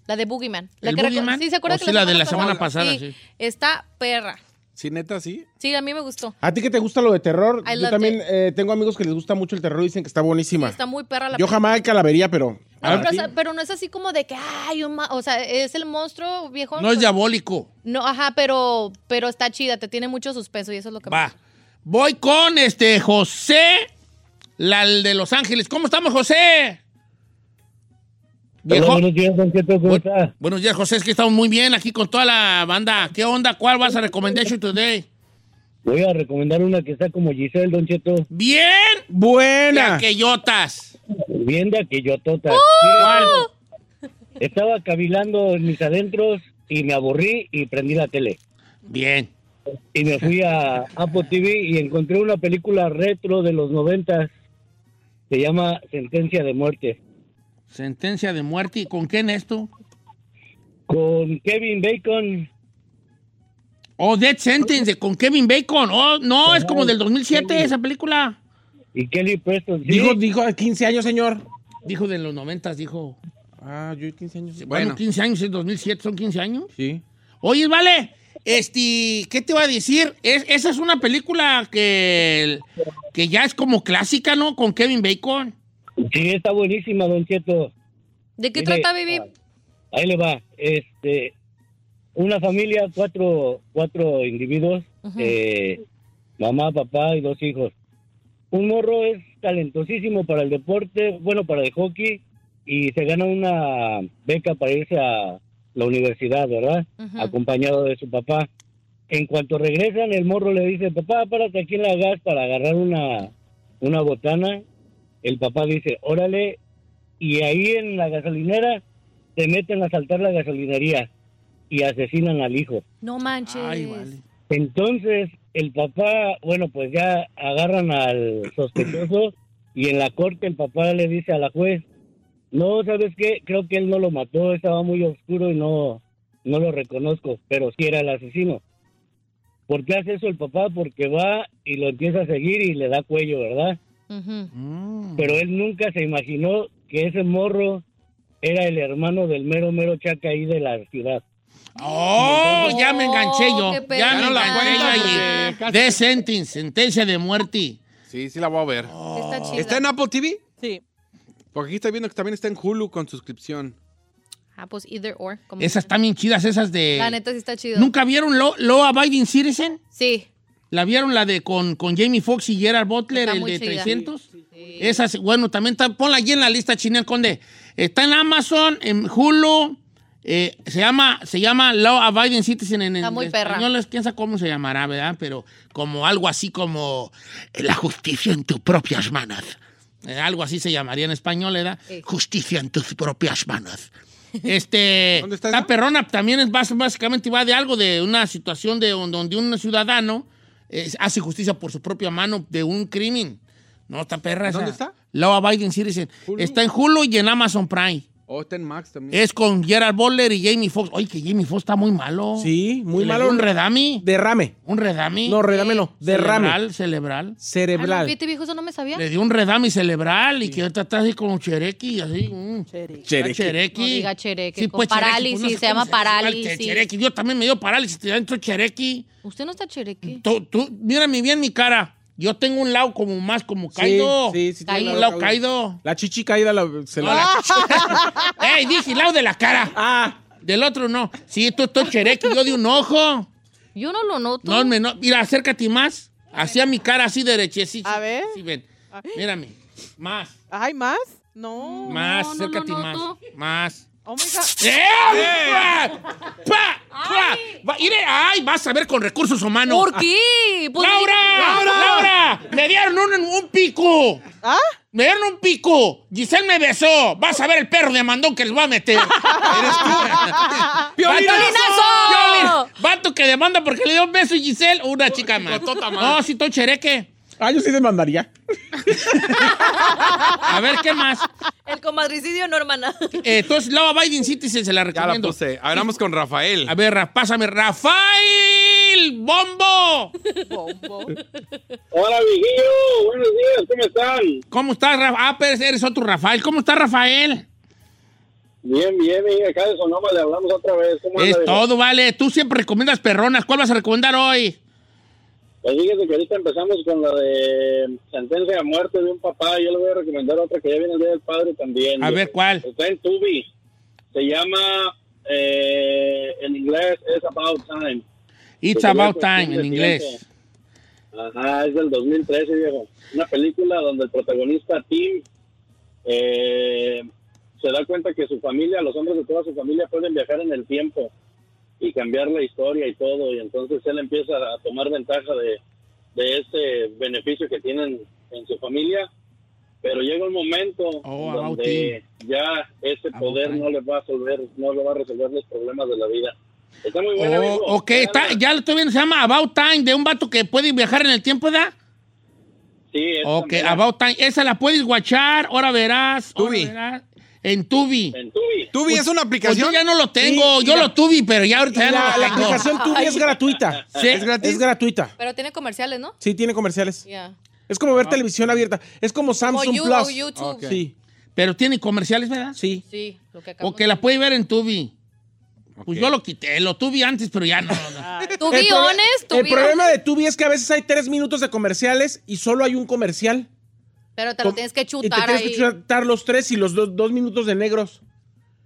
La de Boogeyman. La
¿El
reco-
Boogeyman?
Sí, ¿se acuerda
Oh,
que
sí, la de la semana pasada, sí.
Está perra.
Sí, neta, sí.
Sí, a mí me gustó.
A ti que te gusta lo de terror,
I
yo
loved
también eh, tengo amigos que les gusta mucho el terror y dicen que está buenísima.
Está muy perra la
Yo
película.
jamás calavería, pero...
No, pero, o sea, pero no es así como de que ay, un ma- o sea, es el monstruo viejo.
No es diabólico.
No, ajá, pero pero está chida, te tiene mucho suspenso y eso es lo que
Va. Voy con este José, la el de Los Ángeles. ¿Cómo estamos, José? Viejo.
buenos días, Don Cheto, ¿cómo está?
Buenos días, José. Es que estamos muy bien aquí con toda la banda. ¿Qué onda? ¿Cuál vas a recomendar today?
Voy a recomendar una que está como Giselle, Don Cheto.
Bien.
Buena.
Aquellotas.
Bien de aquellotota. tota. Estaba cavilando en mis adentros y me aburrí y prendí la tele.
Bien.
Y me fui a Apple TV y encontré una película retro de los noventas. Se llama Sentencia de Muerte.
Sentencia de muerte. ¿Y ¿Con quién es tú?
Con Kevin Bacon.
Oh, Dead Sentence, con Kevin Bacon. Oh, no, es como del 2007 esa película.
Y Kelly Preston.
Dijo, dijo, a 15 años, señor.
Dijo de los 90, dijo.
Ah, yo 15 años.
Bueno, 15 años en 2007, son 15 años.
Sí.
Oye, vale, este, ¿qué te iba a decir? Es- esa es una película que, que ya es como clásica, ¿no? Con Kevin Bacon.
Sí, está buenísima, Don Cheto.
¿De qué
Mire,
trata, baby?
Ahí le va. Este, una familia, cuatro, cuatro individuos,
Ujú.
eh, mamá, papá y dos hijos. Un morro es talentosísimo para el deporte, bueno, para el hockey, y se gana una beca para irse a la universidad, ¿verdad?
Ujú.
Acompañado de su papá. En cuanto regresan, el morro le dice, papá, párate aquí en la gas para agarrar una, una botana. El papá dice, órale, y ahí en la gasolinera se meten a asaltar la gasolinería y asesinan al hijo.
No manches.
Ah,
Entonces, el papá, bueno, pues ya agarran al sospechoso y en la corte el papá le dice a la juez, no, ¿sabes qué? Creo que él no lo mató, estaba muy oscuro y no, no lo reconozco, pero sí era el asesino. ¿Por qué hace eso el papá? Porque va y lo empieza a seguir y le da cuello, ¿verdad?
Mm.
Mm. [LAUGHS]
Pero él nunca se imaginó que ese morro era el hermano del mero, mero chaca ahí de la ciudad.
Oh, ya me enganché yo.
qué
Ya
pena.
me
Ya no la
enganché yo
cuentas,
allí.
porque casi-
Death Sentence, sentencia de muerte.
Sí, sí la voy a ver.
Oh.
Está chida.
en Apple TV?
Sí.
Porque aquí está viendo que también está en Hulu con suscripción.
Ah, pues either or. como-
Esas están bien chidas, esas de...
La neta sí está chido.
¿Nunca vieron Lo- Law Abiding Citizen?
Sí.
¿La vieron la de con, con Jamie Foxx y Gerard Butler,
Está
el
muy
de
chida.
300? Esas, bueno, también está- ponla allí en la lista, Chinel Conde. Está en Amazon, en Hulu, eh, se llama, se llama Law Abiding Citizen en, en
Está muy perra.
español, es- quién sabe cómo se llamará, ¿verdad? Pero como algo así como eh, la justicia en tus propias manos. Eh, algo así se llamaría en español, ¿verdad? Justicia en tus propias manos. Este, la perrona también es bas- básicamente va de algo de una situación de un- donde un ciudadano eh, hace justicia por su propia mano de un crimen. No, está perra.
¿Dónde
esa.
está?
Law Biden Citizen. Está en Hulu y en Amazon Prime.
Oh,
O está en Max también.
Es con Gerard Butler y Jamie Foxx. Oye, que Jamie Foxx está muy malo.
Sí, muy
¿Le
malo.
dio ¿Un redami?
Derrame.
¿Un redami?
No, redame no, derrame.
Cerebral, cerebral.
Ah, no, fíjate, viejo, eso no me sabía.
Le dio un redami cerebral y que ahorita está así como Cherequi, así. mm.
Cherequi.
Está Cherequi.
No diga chereque.
Sí,
con
pues, Cherequi,
parálisis,
pues, no sé
se
cómo
Ah,
llama
se-
parálisis.
Al Cherequi. Yo también me dio parálisis, te dentro Cherequi.
Usted no está chereque.
Tú, tú, mírame bien mi cara. Yo tengo un lado como más como caído.
sí, sí, tiene
Tengo un
un
lado
lado
caído.
La chichi caída la, se
No,
la-
la chichi. Ah. [LAUGHS] ¡Ey, dije lado de la cara!
Ah.
Del otro no. Sí, tú estoy chereque, yo de un
[LAUGHS]
ojo.
Yo no lo noto.
No, me no. Mira, acércate más. Hacia mi cara así derechecita.
A ver.
Sí, ven. Mírame. Más.
¿Ay, más? No.
Más,
no, no,
acércate
no,
más.
no.
Más.
Oh my God.
¡Eh! ¡Pa! ¡Pa! ¡Pa! Va- mire, ¡Ay! Vas a ver con recursos humanos.
¿Por qué? Pues,
Ah, ¡Laura!
Laura.
¡Laura! ¡Me dieron un, un pico!
¿Ah?
¡Me dieron un pico! ¡Giselle me besó! ¡Vas a ver el perro de mandón que les va a
[LAUGHS]
meter! ¡Eres tú!
¡Violinazo!
Violin- Vato que demanda porque le dio un beso y Giselle, una chica más.
tota
No, si todo chereque.
Ah, yo sí demandaría.
[LAUGHS] A ver, ¿qué más?
El comadricidio no, hermana.
Eh, entonces, Lava Biden Citizen se la recomiendo.
puse. Hablamos con Rafael.
A ver, Ra- pásame. ¡Rafael! ¡Bombo!
Hola, Vigillo. Buenos días. ¿Cómo están?
¿Cómo estás, Rafael? Ah, pero eres otro Rafael. ¿Cómo estás, Rafael?
Bien, bien, bien. Acá de Sonoma le hablamos otra vez. ¿Cómo
Es
anda,
todo, vale. Tú siempre recomiendas perronas. ¿Cuál vas a recomendar hoy?
Pues fíjese que ahorita empezamos con la de sentencia de muerte de un papá. Yo le voy a recomendar otra que ya viene el Día del Padre también.
A ver, ¿cuál?
Está en Tubi. Se llama, eh, en inglés, It's About Time.
It's
Que
about
tenía
time en
cuestión de
inglés.
tiempo. Ajá, es del 2013, viejo. Una película donde el protagonista Tim eh, se da cuenta que su familia, los hombres de toda su familia pueden viajar en el tiempo y cambiar la historia y todo. Y entonces él empieza a tomar ventaja de, de ese beneficio que tienen en su familia. Pero llega un momento
Oh,
about
donde ya ese poder no le va a resolver, no le va a resolver los problemas de la vida. Está muy buena,
Oh,
viejo.
ok, está, ya lo estoy viendo. Se llama About Time, de un vato que puede viajar en el tiempo, ¿da?
Sí, esa
Ok,
mera.
About Time. Esa la puedes guachar, ahora verás. ahora
Tubi.
verás. En Tubi.
En Tubi.
Tubi es una aplicación.
Pues yo ya no lo tengo.
Sí, y
yo
la-
lo tuve, pero ya ahorita ya
La,
no lo
la
tengo.
aplicación tuya es gratuita.
¿Sí?
¿Es, gratis? Es gratuita.
Pero tiene comerciales, ¿no?
Sí, tiene comerciales.
Ya.
Es como ver
Ah.
televisión abierta. Es como Samsung
you-
Plus.
o YouTube. Ok.
Sí.
Pero tiene comerciales, ¿verdad?
Sí.
Sí, lo que acabo
O que la puede ver en Tubi. Pues yo lo quité, lo tuve antes, pero ya no.
de...
El proble-
guiones,
El problema de Tubi es que a veces hay tres minutos de comerciales y solo hay un comercial.
Pero te lo
Com-
tienes que
y te
chutar
tienes
ahí.
que chutar los tres y los dos, dos minutos de negros.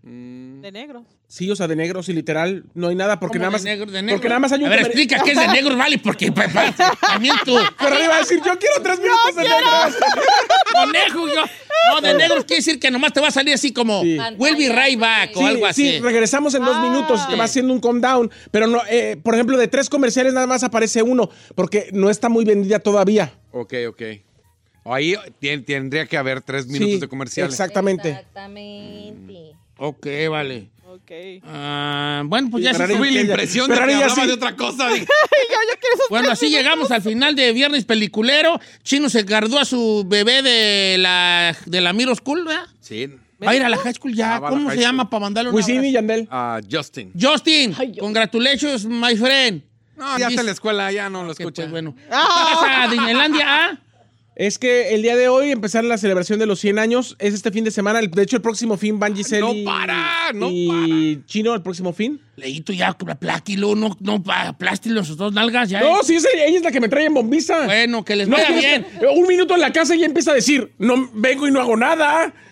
De negro.
Sí, o sea, de negros y literal. No hay nada porque
¿Cómo
nada
de
más.
negros, de negros?
Porque nada más hay un
A ver,
comer-
explica
[LAUGHS]
qué es de negros, vale, porque pa- pa- también tú.
Pero le iba a decir, yo quiero tres minutos
[LAUGHS]
de negros.
Conejo, yo. No, de negros quiere decir que nomás te va a salir así como
Sí.
will be right back
Sí,
o algo así.
sí, regresamos en dos minutos, te va haciendo un countdown. Pero, no, eh, por ejemplo, de tres comerciales nada más aparece uno, porque no está muy vendida todavía.
Eh. Ok, ok. Ahí tien- tendría que haber tres minutos de comerciales.
Exactamente.
Exactamente.
Ok, vale.
Ok.
Ah, bueno, pues ya
Pero
se-
tuve la impresión de
pero
que
ahora ya
hablaba
sí.
de otra cosa. dije.
[LAUGHS] Bueno, así llegamos al final de Viernes Peliculero. Chino se guardó a su bebé de la, de la Miro School, ¿verdad?
Sí.
Va a ir a la high school ya.
Ah, va a la
¿Cómo se
high school.
llama para mandarle un
Wisin y
abrazo?
Yandel.
Ah, Justin.
Justin, congratulations, my friend.
No, ya
Dis-
está en la escuela, ya no lo escucha.
bueno. ¿Vas a Disneylandia ah?
Es que el día de hoy empezar la celebración de los 100 años. Es este fin de semana. el- De hecho, el próximo fin van Giselle
no
y-
para, no
y Chino el próximo fin.
Leíto ya, pláquilo, no, no, pa- aplástilo sus dos nalgas ya. ¿eh?
No, sí, es ella ella es la que me trae en bombiza.
Bueno, que les
No,
vaya
tienes
bien.
que- un minuto en la casa y ya empieza a decir, no vengo y no hago nada. [LAUGHS]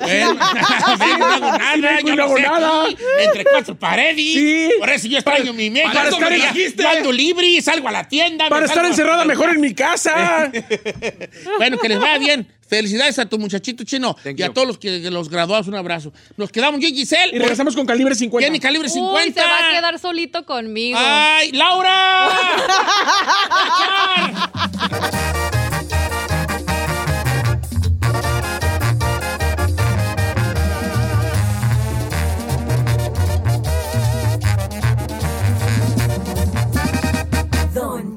Bueno, [LAUGHS] no hago nada,
Sí,
yo
no hago
sé,
nada.
aquí, Entre cuatro paredes.
Sí.
Por eso yo extraño
Para-
mi México.
para estar
porque ya-
dijiste.
yo ando libre, salgo a la tienda. me
Para estar
salgo a-
encerrada mejor en mi casa.
[LAUGHS] Bueno, que les vaya bien. Felicidades a tu muchachito chino y a
you.
todos los que que los graduados. Un abrazo. Nos quedamos yo y Giselle.
Y regresamos con calibre 50.
Jenny Calibre 50.
Uy, se va a quedar solito conmigo.
¡Ay, Laura!
Don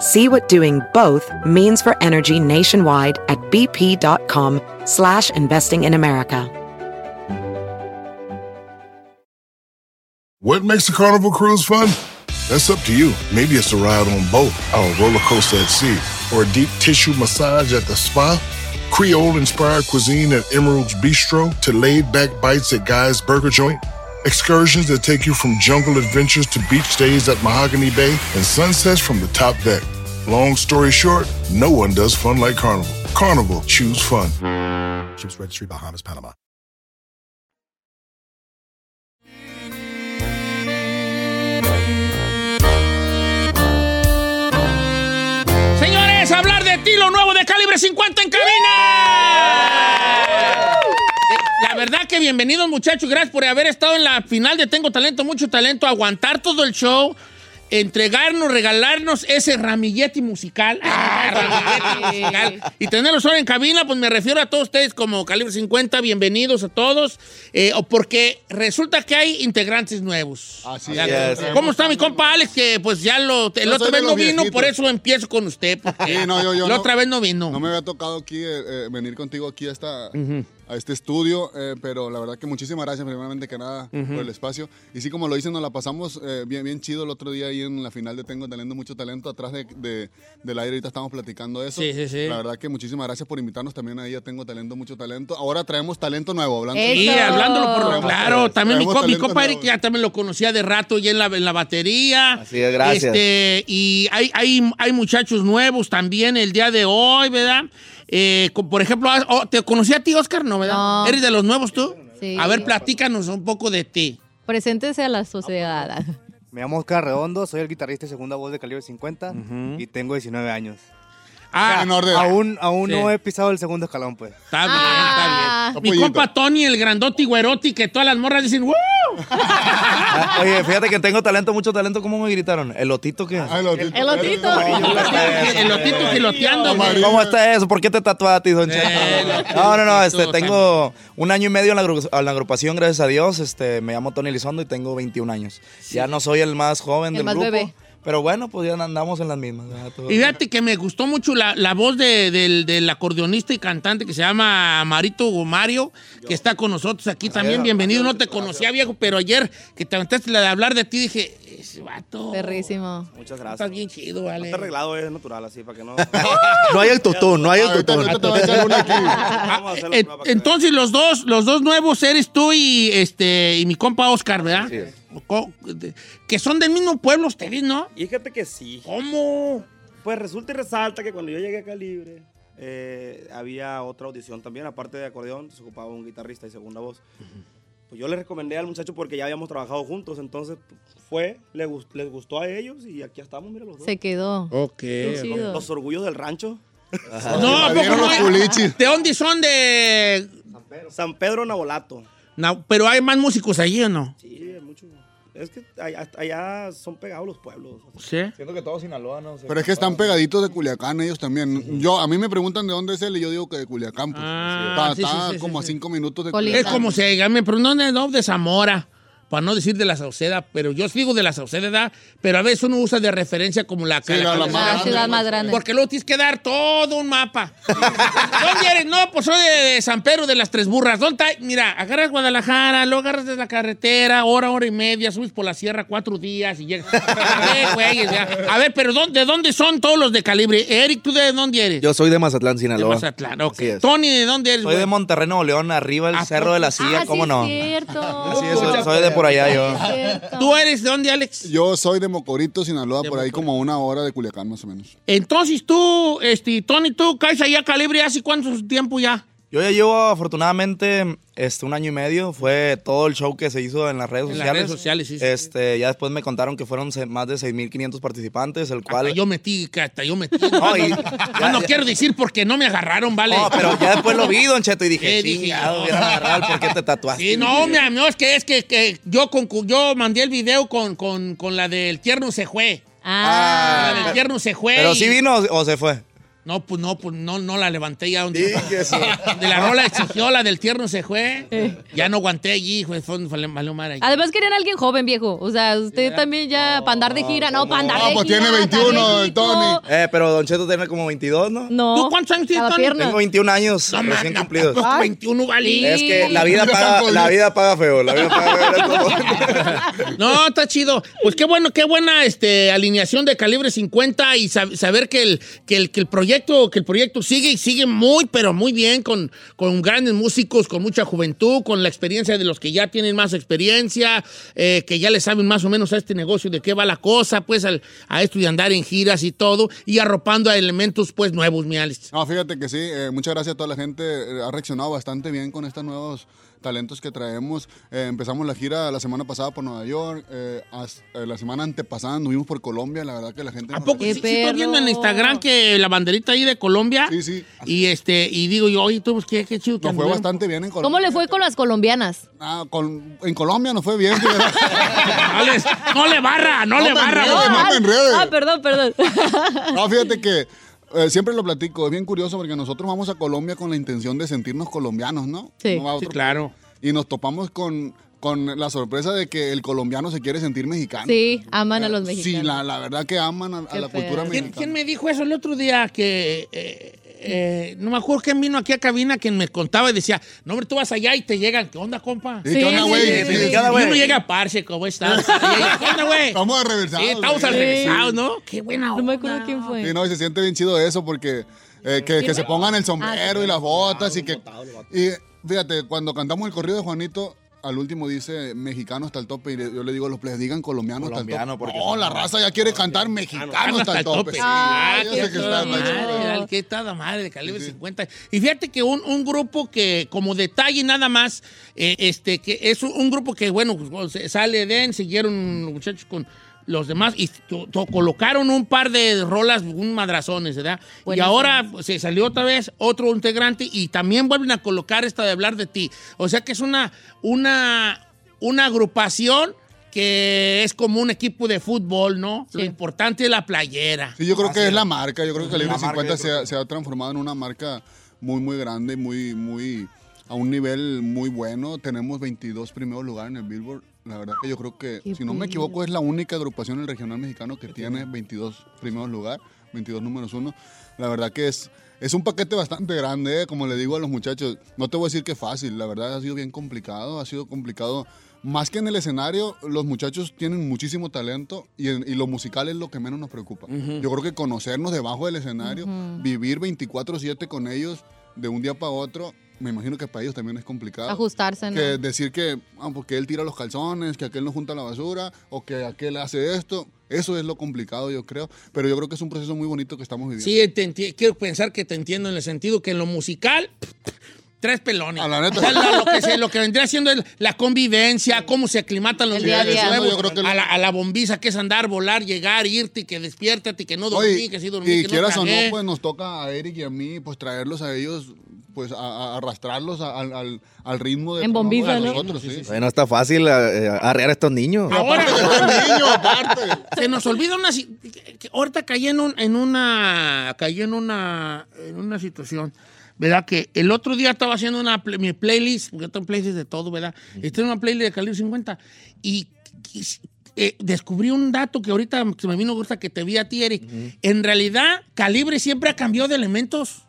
See what doing both means for energy nationwide at bp.com slash investing in America.
What makes a carnival cruise fun? That's up to you. Maybe it's a ride on boat, a roller coaster at sea, or a deep tissue massage at the spa. Creole inspired cuisine at Emerald's Bistro to laid back bites at Guy's Burger Joint. Excursions that take you from jungle adventures to beach days at Mahogany Bay and sunsets from the top deck. Long story short, no one does fun like Carnival. Carnival, choose fun. Ships Registry, Bahamas, Panama.
Señores, hablar de ti, lo nuevo de Calibre 50 en cabina. Eh, La verdad que bienvenidos muchachos, gracias por haber estado en la final de Tengo Talento, mucho talento, aguantar todo el show, entregarnos, regalarnos ese ramillete musical, Ah, ramillete musical. y tenerlos ahora en cabina, pues me refiero a todos ustedes como Calibre 50, bienvenidos a todos, eh, o porque resulta que hay integrantes nuevos.
Así
Ya,
es.
¿Cómo está mi compa Alex? Que pues ya lo, el
Yo
otro
soy
vez
de
no
los
vino,
viejitos.
por eso empiezo con usted. porque
Sí, no, yo- yo
la
no-
otra vez no vino.
No me había tocado aquí eh, eh, venir contigo aquí a, esta-
Ujú.
a este estudio, eh, pero la verdad que muchísimas gracias primeramente que nada
Ujú.
por el espacio. Y sí, como lo dicen, nos la pasamos eh, bien, bien chido el otro día ahí en la final de Tengo Talento, mucho talento, atrás de, de- del aire ahorita estamos platicando eso.
Sí, sí, sí.
La verdad que muchísimas gracias por invitarnos también ahí a Tengo Talento, mucho talento. Ahora traemos talento nuevo, hablando.
Y hablándolo por lo
Traemos-
claro, también mi,
traemos
co- mi
talento
compa
nuevo.
Eric ya también lo conocía de rato ya en la, en la batería.
Así es, gracias.
Este, y hay, hay, hay muchachos nuevos también el día de hoy, ¿verdad? Eh, con- por ejemplo, ah, oh, te conocí a ti, Oscar, ¿no? ¿Verdad?
No.
¿Eres de los nuevos tú?
[LAUGHS] Sí.
A ver, platícanos un poco de ti.
Preséntese a la sociedad. [LAUGHS]
Me llamo Oscar Redondo, soy el guitarrista y segunda voz de Calibre 50 y tengo 19 años.
Ah, menor de edad.
aún, aún
Sí.
no he pisado el segundo escalón, pues.
Está bien,
Ah.
está bien. Mi compa Tony, el grandote y güerote, que todas las morras dicen, ¡Wow!
Ah, [LAUGHS] Oye, fíjate que tengo talento, mucho talento. ¿Cómo me gritaron? ¿El lotito qué?
el lotito.
El lotito.
El lotito giloteando, güey.
¿Cómo está eso? ¿Por qué te tatuaste, don Cheto? No, no, no, este, tengo un año y medio en la, agru- en la agrupación, gracias a Dios. Este, me llamo Tony Lizondo y tengo 21 años. Ya no soy el más joven
El
del
más
grupo.
bebé.
Pero bueno, pues ya andamos en las mismas. ¿verdad? Todo-
Y fíjate que me gustó mucho la, la voz de- del, del acordeonista y cantante que se llama Marito Mario, que está con nosotros aquí también. Bienvenido, no te conocía viejo, pero ayer que te aventaste la de hablar de
[LAUGHS]
ti, dije, ese vato.
Perrísimo.
Muchas
Estás bien chido, Ale.
Está arreglado, es natural, así, para que no...
No hay el
tutún, no hay el Ahorita- tutún. ahorita te va a echar una aquí.
Ah, eh, Entonces, los dos, los dos nuevos eres tú y este y mi compa Oscar, ¿verdad? Co- de- Que son del mismo pueblo ustedes, ¿no?
Y fíjate que sí.
¿Cómo?
Pues resulta y resalta que cuando yo llegué a Calibre, eh, había otra audición también, aparte de acordeón, se ocupaba un guitarrista y segunda voz. Pues yo le recomendé al muchacho porque ya habíamos trabajado juntos, entonces fue, le gus- les gustó a ellos y aquí estamos, mira los dos.
Se quedó.
Ok.
Qué chido.
Los orgullos del rancho.
No, ¿a poco no hay? ¿De dónde son? De
San Pedro Nabolato.
No, pero hay más músicos allí o no?
Sí, es mucho. Es que allá, allá son pegados los pueblos.
Sí.
Siento que todo Sinaloa no se
Pero es que están pegaditos de Culiacán ellos también. Yo, a mí me preguntan de dónde es él y yo digo que de Culiacán. Pues. está
Ah, sí,
está
sí, sí,
como a cinco minutos de
Es
Culiacán.
como se llame, pero no, no, de Zamora, para no decir de la Sauceda, pero yo sigo de la Sauceda, ¿verdad? pero a veces uno usa de referencia como la
la- la
la-
más
Ah,
grande,
ciudad más grande.
Porque luego tienes que dar todo un mapa. ¿Dónde eres? No, pues soy de, de San Pedro de las Tres Burras. ¿Dónde está? Mira, agarras Guadalajara, luego agarras de la carretera, hora, hora y media, subes por la sierra cuatro días y llegas. [LAUGHS] Eh, güey, ya. a ver, pero ¿dónde- ¿de dónde son todos los de calibre? Eric, ¿tú de dónde eres?
Yo soy de Mazatlán, Sinaloa.
Mazatlán, ok.
Así es.
Tony, ¿de dónde eres?
Soy
güey? Ah,
de Monterrey, Nuevo León, arriba el Cerro de la Silla, ¿cómo no?
Cierto.
Así es, soy, soy de por allá yo.
¿Tú eres de dónde, Alex?
Yo soy de Mocorito, Sinaloa, por ahí como a una hora de Culiacán más o menos.
Entonces tú, este, Tony, tú caes allá a Calibre hace cuánto tiempo ya.
Yo ya llevo afortunadamente este, un año y medio. Fue todo el show que se hizo en las redes
En las
sociales.
redes sociales, sí, sí.
Este, ya después me contaron que fueron se- más de 6.500 participantes, el cual...
yo metí, hasta
[LAUGHS]
yo metí. No, no quiero decir porque no me agarraron, ¿vale?
No, pero ya después lo vi, Don Cheto, y dije,
Sí, dije,
chingado,
no.
hubieran agarrado, ¿por qué te tatuaste?
Sí, no, mi amigo, es que es que, que yo, con, yo mandé el video con, con, con la del tierno se fue.
Ah.
La del tierno se fue.
¿Pero
y-
sí vino o, o se fue?
No, pues no, pues no, no la levanté ya un día.
Díguese.
[LAUGHS] De la rola exigió, la del tierno se fue. Ya no aguanté allí, fue, fue, fue- valió madre.
Además querían a alguien joven, viejo. O sea, usted también ya para andar de gira. No, pues para andar de
pues
gira. está viejito.
Eh, pero Don Cheto tiene como 22, ¿no?
No.
¿Tú cuántos años tienes, Tony?
Tengo 21 años recién cumplidos.
No, 21, Pues, vale.
Es que la vida paga, la vida paga feo, la vida paga feo.
No, está chido. Pues qué bueno, qué buena este, alineación de calibre 50 y sab- saber que el, que, el, que, el proyecto, que el proyecto sigue y sigue muy, pero muy bien, con, con grandes músicos, con mucha juventud, con la experiencia de los que ya tienen más experiencia, eh, que ya le saben más o menos a este negocio de qué va la cosa, pues al- a esto de andar en giras y todo, y arropando a elementos pues nuevos, mi Alex.
No, fíjate que sí, eh, muchas gracias a toda la gente, eh, ha reaccionado bastante bien con estos nuevos talentos que traemos. Eh, empezamos la gira la semana pasada por Nueva York, eh, as- eh, la semana antepasada anduvimos por Colombia, la verdad que la gente... ¿A
poco? Sí, sí, estoy viendo en Instagram que la banderita ahí de Colombia. Y este, y digo yo, oye, tú, pues qué, qué chido que
Nos fue
anduvieron.
bastante bien en Colombia.
¿Cómo le fue con las colombianas?
Ah, col- en Colombia nos fue bien. fíjate.
[LAUGHS] No le barra, no,
No
le
me
barra.
enredes,
güey.
no me enredes.
Ah, perdón, perdón.
No, fíjate que eh, siempre lo platico, es bien curioso porque nosotros vamos a Colombia con la intención de sentirnos colombianos, ¿no?
Sí.
No va a
Sí,
otro-
claro.
Y nos topamos con, con la sorpresa de que el colombiano se quiere sentir mexicano.
Sí, aman a los
Sí,
mexicanos.
la, la verdad que aman a, a la cultura
¿Quién,
mexicana.
quién me dijo eso el otro día? Que eh, eh, no me acuerdo quién vino aquí a cabina que me contaba y decía, no, hombre, tú vas allá y te llegan, ¿qué onda, compa?
Sí, ¿qué Sí, onda, sí, güey? sí, sí, sí.
Y
Ah,
¿Qué onda, güey?
uno llega a parche, ¿cómo estás? Y ella, ¿Qué onda, güey?
Estamos arreversados,
Sí, estamos
güey.
arreversados,
Sí.
¿no? Qué buena No me acuerdo
quién fue.
Sí, no, y se siente bien chido eso porque eh, que, que se pongan
Ah,
el sombrero y las botas y que... Y fíjate, cuando cantamos el corrido de Juanito, al último dice mexicano hasta el tope y le- yo le digo, los plebes digan colombiano,
Colombiano,
hasta el
porque
tope. No,
son-
Oh, la raza ya quiere cantar mexicano hasta el tope. Sí,
Ah,
ya
qué
sé que
toda
está mal.
madre, al- qué toda madre de calibre 50. Y fíjate que un, un grupo que, como detalle nada más, eh, este, que es un, un grupo que, bueno, pues, se- sale Eden, siguieron los muchachos con los demás y to- to- colocaron un par de rolas, un madrazones, ¿verdad?
Buenísimo.
Y ahora pues, se salió otra vez otro integrante y también vuelven a colocar esta de hablar de ti. O sea que es una, una, una agrupación que es como un equipo de fútbol, ¿no? Lo importante es la playera.
Sí, yo creo que es la marca. Yo creo que Calibre
La marca,
50
yo
se ha, se ha transformado en una marca muy, muy grande, muy, muy a un nivel muy bueno. Tenemos 22 primeros lugares en el Billboard. La verdad que yo creo que,
Qué
si no me
bueno.
equivoco, es la única agrupación en el regional mexicano que tiene 22 primeros lugares, 22 números uno. La verdad que es, es un paquete bastante grande, ¿eh? como le digo a los muchachos. No te voy a decir que fácil, la verdad ha sido bien complicado, ha sido complicado. Más que en el escenario, los muchachos tienen muchísimo talento y, en- y lo musical es lo que menos nos preocupa. Yo creo que conocernos debajo del escenario,
Ujú.
vivir 24/7 con ellos de un día para otro, me imagino que para ellos también es complicado.
Ajustarse, ¿no?
Ah, Que decir que, ah, porque él tira los calzones, que aquel no junta la basura, o que aquel hace esto, eso es lo complicado, yo creo. Pero yo creo que es un proceso muy bonito que estamos viviendo.
Sí, te enti- quiero pensar que te entiendo en el sentido que en lo musical, tres pelones.
la neta.
O sea, lo, lo que se- lo que vendría siendo es la convivencia, cómo se aclimatan los
El día a
niveles
día.
nuevos,
Yo creo que-
a, la, a la bombiza que es andar, volar, llegar, irte, y que despiértate, y que no dormí,
y,
que sí dormí,
y
que
quieras
no
o no,
tragué.
pues nos toca a Eric y a mí, pues traerlos a ellos, pues a- a- arrastrarlos a- al, al- al ritmo de
En bombiza,
de
¿no?
nosotros, sí.
Oye, no está fácil eh, eh, arrear a estos niños.
Ahora, se nos olvida una... si- que- que Ahorita caí en, un- en una... Caí en una, en una situación, ¿verdad? Que el otro día estaba haciendo una pl- mi playlist, porque tengo playlists de todo, ¿verdad? Estoy en una playlist de Calibre 50 y... quis- eh, descubrí un dato que ahorita se me vino gusta que te vi a ti, Eric. En realidad, Calibre siempre ha cambiado de elementos.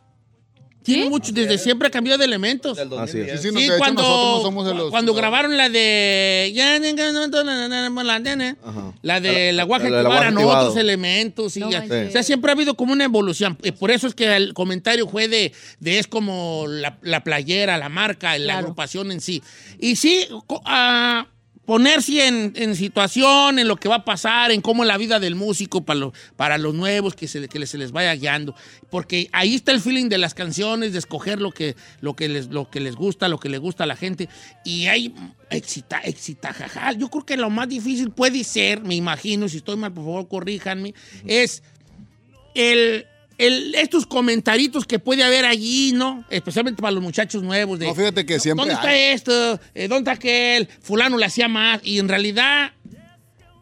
Tiene mucho, desde siempre ha cambiado de elementos.
Así es.
Sí, sí, no, de hecho, nosotros no somos de los-
cuando grabaron la de... Ya, na, na, na, na, na, na, la de- na. La de la guaja
la del
activada,
aguaje
no
activado.
otros elementos. Y
No
ya.
manches.
O sea, siempre ha habido como una evolución. Y por eso es que el comentario fue de, de es como la, la playera, la marca, la agrupación en sí. Y sí, co- ah, ponerse en, en situación, en lo que va a pasar, en cómo es la vida del músico para, lo- para los nuevos, que se, le- que le- se les vaya guiando. Porque ahí está el feeling de las canciones, de escoger lo que, lo que, les, lo que les gusta, lo que le gusta a la gente. Y hay excita, excita, jaja. Yo creo que lo más difícil puede ser, me imagino, si estoy mal, por favor, corríjanme, es el, el- estos comentaritos que puede haber allí, ¿no? Especialmente para los muchachos nuevos. De,
No, fíjate que siempre
¿Dónde está
hay.
esto? Eh, ¿Dónde está aquel? Fulano le hacía más. Y en realidad,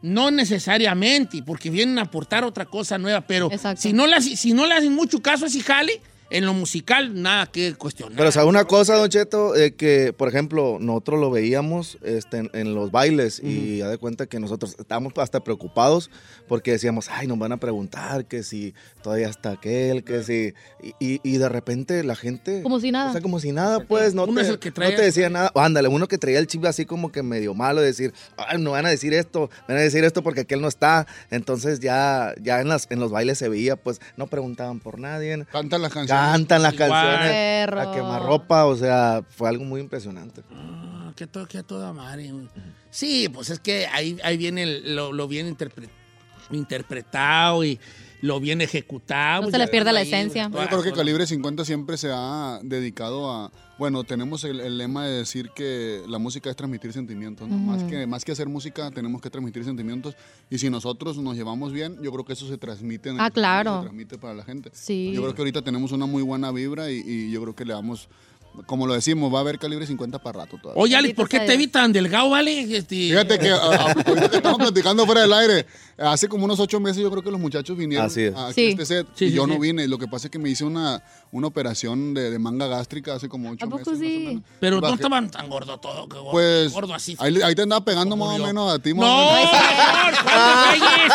No necesariamente, porque vienen a aportar otra cosa nueva, pero si no, las, si no le hacen mucho caso a ese jale, en lo musical nada que cuestionar.
Pero, o sea, una cosa, Don Cheto, eh, que, por ejemplo, nosotros lo veíamos este, en, en los bailes y ya de cuenta que nosotros estábamos hasta preocupados porque decíamos, ay, nos van a preguntar que si todavía está aquel, que si. Y, y- y de repente la gente.
Como si nada.
O sea, como si nada, pues. No
Uno
te,
es el que
no
trae-
[LAUGHS]
te decía nada. Ándale, uno que traía el chip así como que medio malo, de decir, ay, no van a decir esto, van a decir esto porque aquel no está. Entonces ya, ya en, las, en los bailes se veía, pues, no preguntaban por nadie.
Cantan las canciones.
Cantan las
Igual.
canciones.
Perro.
A quemarropa, o sea, fue algo muy impresionante.
Ah, que todo, que a toda madre. güey. Sí, pues es que ahí, ahí viene el- lo, lo bien interpre- interpretado y lo bien ejecutado.
No se le pierda la esencia.
Yo creo que Calibre 50 siempre se ha dedicado a. Bueno, tenemos el, el lema de decir que la música es transmitir sentimientos. ¿no?
Ujú.
más, que, más que hacer música, tenemos que transmitir sentimientos. Y si nosotros nos llevamos bien, yo creo que eso se transmite. En el
Ah,
sentido,
claro.
Se transmite para la gente.
Sí.
Yo creo que ahorita tenemos una muy buena vibra y, y yo creo que le damos. Como lo decimos, va a haber Calibre 50 para rato todavía.
Oye, Alex, ¿por qué te vi tan delgado, vale?
Fíjate que a- a- ahorita que estamos platicando fuera del aire. Hace como unos ocho meses yo creo que los muchachos vinieron
Así es.
a
Sí.
este set
Sí,
y
sí,
yo
sí.
no vine. Lo que pasa es que me hice una, una operación de, de manga gástrica hace como
Ah,
ocho meses.
sí?
Pero
Bajé.
no estaban tan gordo todo, que gordo,
Pues
gordo así.
ahí, ahí te andaba pegando más o menos a ti. más o
No,
menos.
señor, ¿cuándo, güeyes?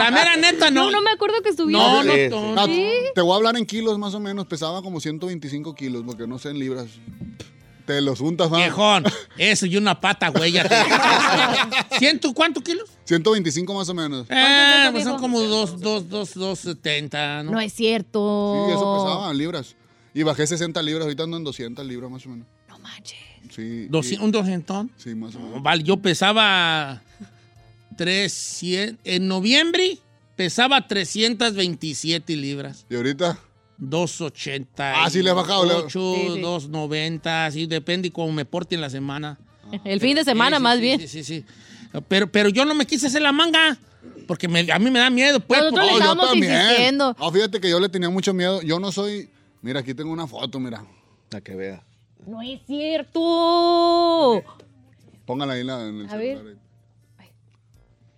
La mera neta, no.
No, no me acuerdo que estuviera.
No, no,
no.
no, Te voy a hablar en kilos más o menos. Pesaba como 125 kilos, porque no sé en libras. Te los juntas, ¿va?
Viejón, eso y una pata, güey. ya
[LAUGHS]
te- ¿Ciento cuánto kilos?
125 más o menos.
Eh, pues son como dos, dos, dos, dos setenta, ¿no?
No es cierto.
Sí, eso pesaba en libras. Y bajé 60 libras, ahorita ando en 200 libras más o menos. No manches. Sí.
Doci-
y-
¿Un doscientón?
Sí, más o menos.
Vale, yo pesaba 300. En noviembre pesaba 327 libras.
¿Y ahorita?
280.
Ah, sí, le ha bajado, le ha-
8,
Sí, sí.
290. Así depende cómo me porte en la semana.
El fin de semana,
Sí, sí,
más
sí,
bien.
Sí, sí, sí. Pero, pero yo no me quise hacer la manga. Porque me- a mí me da miedo. Pues,
Nosotros le
porque-
estábamos insistiendo.
Oh, Ah, fíjate que yo le tenía mucho miedo. Yo no soy. Mira, aquí tengo una foto, mira.
La que vea.
No es cierto.
Póngala ahí en la- en el
A ver.
celular.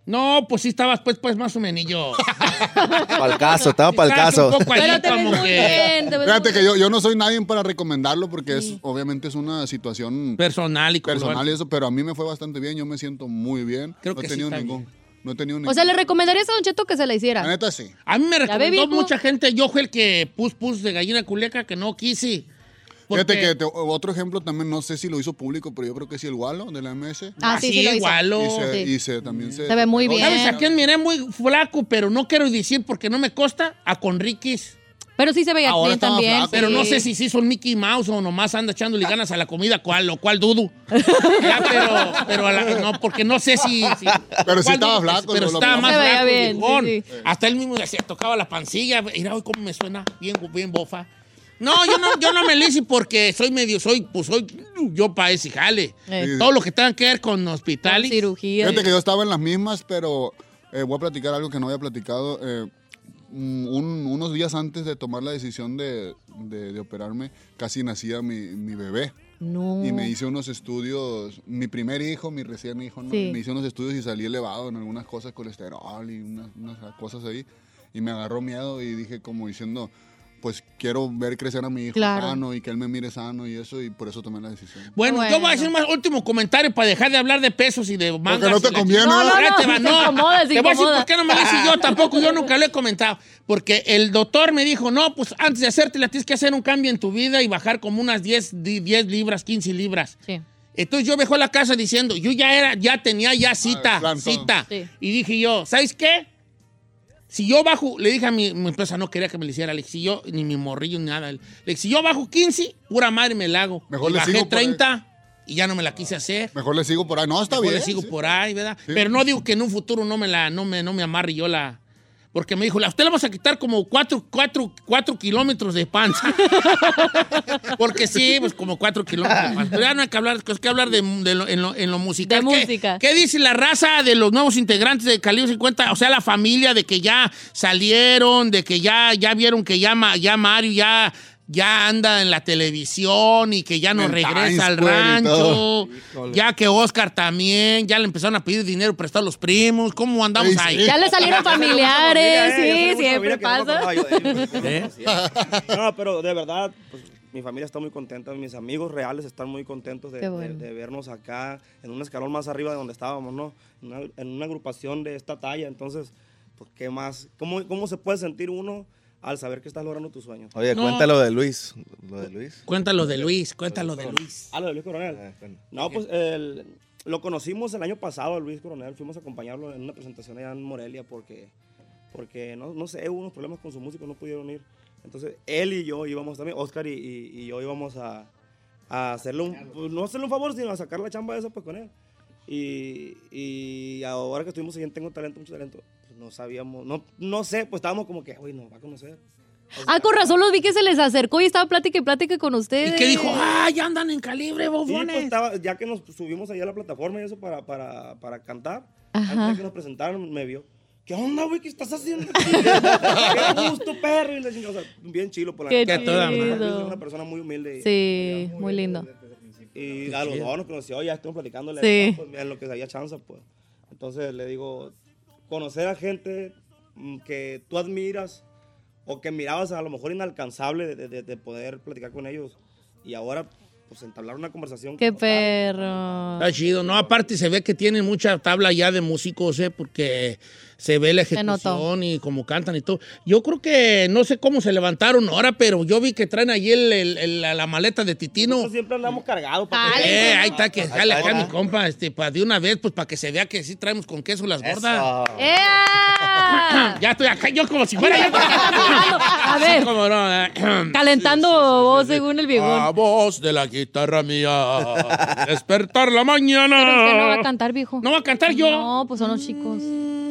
No, pues sí estabas pues, pues más o menos yo.
Pa'l caso, estaba pa'l
Estás
caso.
un poco ahí Eh,
Pero te ves
como
muy
que-
bien. te ves muy
Fíjate que yo, yo no soy nadie para recomendarlo porque es obviamente es una situación
personal y
personal
cultural.
y eso, pero a mí me fue bastante bien, yo me siento muy bien.
Creo
[LAUGHS] no
que
he
sí
tenido
está
ningún, no he tenido
bien.
ningún.
O sea, ¿le recomendarías a Don Cheto que se la hiciera?
La neta sí.
A mí me
Ya ve,
recomendó
viejo.
mucha gente. Yo fui el que pus pus de gallina culeca que no quise.
Fíjate que te- otro ejemplo también, no sé si lo hizo público, pero yo creo que sí el Gualo de la MS.
Ah, sí, sí lo hizo.
igualo.
Y se,
Sí.
y se- también se.
Se ve muy
¿Sabes
bien.
a quién miré muy flaco? Pero no quiero decir porque no me costa. A Conriquis.
Pero sí se veía bien también. sí.
Pero no sé si sí son Mickey Mouse o nomás anda echándole ganas a la comida, cual, lo cual
[LAUGHS]
dudo. Ya, pero, pero a la- no, porque no sé si. si-
Pero sí
cual
estaba
dudo que-
flaco,
Pero
lo- lo-
estaba
Se
más
veía
flaco.
bien,
viejón.
sí,
Hasta él mismo decía, tocaba la pancilla. Mira, hoy cómo me suena. Bien, bien bofa. No, yo no, yo no me lo hice porque soy medio, soy, pues soy yo para ese jale.
Eh.
Todo lo que tenga que ver con hospitales.
Fíjate que yo estaba en las mismas, pero eh, voy a platicar algo que no había platicado. eh, un- un- unos días antes de tomar la decisión de, de- de operarme, casi nacía mi, mi bebé.
No.
Y me hice unos estudios, mi primer hijo, mi recién hijo, ¿no?
Sí.
me hice unos estudios y salí elevado en algunas cosas, colesterol y unas, unas cosas ahí. Y me agarró miedo y dije como diciendo, pues quiero ver crecer a mi hijo
Claro.
sano y que él me mire sano y eso, y por eso tomé la decisión.
Bueno, yo voy
Bueno.
a decir más último comentario para dejar de hablar de pesos y de mangas.
no te
y la
conviene,
chingada.
¿eh? No, no,
Espérate,
no,
va,
se incomoda, se
te voy a decir
incomoda.
por qué no me lo hice yo tampoco, yo nunca lo he comentado. Porque el doctor me dijo, no, pues antes de hacerte la tienes que hacer un cambio en tu vida y bajar como unas 10, di- 10 libras, 15 libras.
Sí.
Entonces yo dejó la casa diciendo, yo ya era, ya tenía
Ah,
ya cita, cita.
Sí.
Y dije yo, ¿sabes qué? Si yo bajo, le dije a mi, mi empresa, no quería que me lo hiciera, le dije, si yo, ni mi morrillo, ni nada. Le dije, si yo bajo 15, pura madre me la hago.
Mejor
Y
le
bajé
sigo por ahí.
30 y ya no me la quise hacer.
Mejor le sigo por ahí. Ah, No, está
Mejor
bien.
le sigo
sí.
por ahí, ¿verdad?
Sí.
Pero no digo que en un futuro no me la, no me, no me amarre yo la. Porque me dijo, a usted le vamos a quitar como cuatro, cuatro, cuatro kilómetros de panza. [LAUGHS] Porque sí, pues como cuatro kilómetros de panza. Pero ya no hay que hablar, hay que hablar de, de lo- en, lo, en lo musical.
De
¿Qué-
música.
¿Qué dice la raza de los nuevos integrantes de Calibre 50? O sea, la familia de que ya salieron, de que ya, ya vieron que ya, Ma- ya Mario ya, ya anda en la televisión y que ya no
En Times
regresa al
Square y todo.
rancho, ya que Oscar también, ya le empezaron a pedir dinero prestado a los primos, ¿cómo andamos ahí?
Ya le salieron familiares, sí, siempre pasa.
No, pero de verdad, pues, mi familia está muy contenta, mis amigos reales están muy contentos de,
Qué
de-
bueno.
de vernos acá en un escalón más arriba de donde estábamos, ¿no? En una, en una agrupación de esta talla, entonces, pues, ¿qué más? ¿Cómo, cómo se puede sentir uno al saber que estás logrando tus sueños?
Oye, cuéntalo de Luis. Lo de Luis.
Cuéntalo de Luis, cuéntalo de Luis.
Ah, lo de Luis Coronel. No, pues el- lo conocimos el año pasado, a Luis Coronel. Fuimos a acompañarlo en una presentación allá en Morelia porque, porque no, no sé, hubo unos problemas con su músico, no pudieron ir. Entonces él y yo íbamos también, Oscar y, y- y yo íbamos a, a hacerle un, pues, no hacerle un favor, sino a sacar la chamba esa pues con él. Y, y ahora que estuvimos ahí en Tengo Talento, mucho talento, pues, no sabíamos, no, no sé, pues estábamos como que, uy, nos va a conocer.
Ah, con razón los vi que se les acercó y estaba plática y plática con ustedes.
¿Y qué dijo?
¡Ah, ya andan en calibre,
Sí,
bofones!
pues, estaba- ya que nos subimos allá a la plataforma y eso para, para, para cantar,
Ajá.
antes de que nos presentaran, me vio. ¿Qué onda, güey? ¿Qué estás haciendo? aquí? [LAUGHS] ¡Qué gusto, perro! Y la chingada, o sea, bien chilo por la
Qué
neta.
Que a toda madre.
Luis es una persona muy humilde. y-
Sí, muy lindo.
Y a los dos nos conoció, ya estuvimos platicando.
Sí.
pues, mira, lo que había chance, pues. Entonces le digo, conocer a gente mm, que tú admiras o que mirabas a lo mejor inalcanzable de, de- de poder platicar con ellos. Y ahora, pues, entablar una conversación.
Qué perro.
Está chido, ¿no? Aparte se ve que tienen mucha tabla ya de músicos, ¿eh? Porque se ve la
Se notó.
ejecución y cómo cantan y todo. Yo creo que, no sé cómo se levantaron ahora, pero yo vi que traen ahí el- el- el- la, la maleta de Titino.
Nosotros siempre andamos cargados.
Eh, ahí está, que
Ahí
sale
está.
acá mi compa, este, pa, de una vez, pues para que se vea que sí traemos con queso las gordas.
¡Ea!
[COUGHS] ya estoy acá, yo como si fuera
[LAUGHS]
yo.
A ver,
Como no, eh.
[COUGHS] calentando vos según el viejón.
La voz de la guitarra
[LAUGHS]
mía, despertar la mañana.
Pero usted no
[LAUGHS]
va a cantar, viejo.
¿No va a cantar yo?
No, pues son los chicos.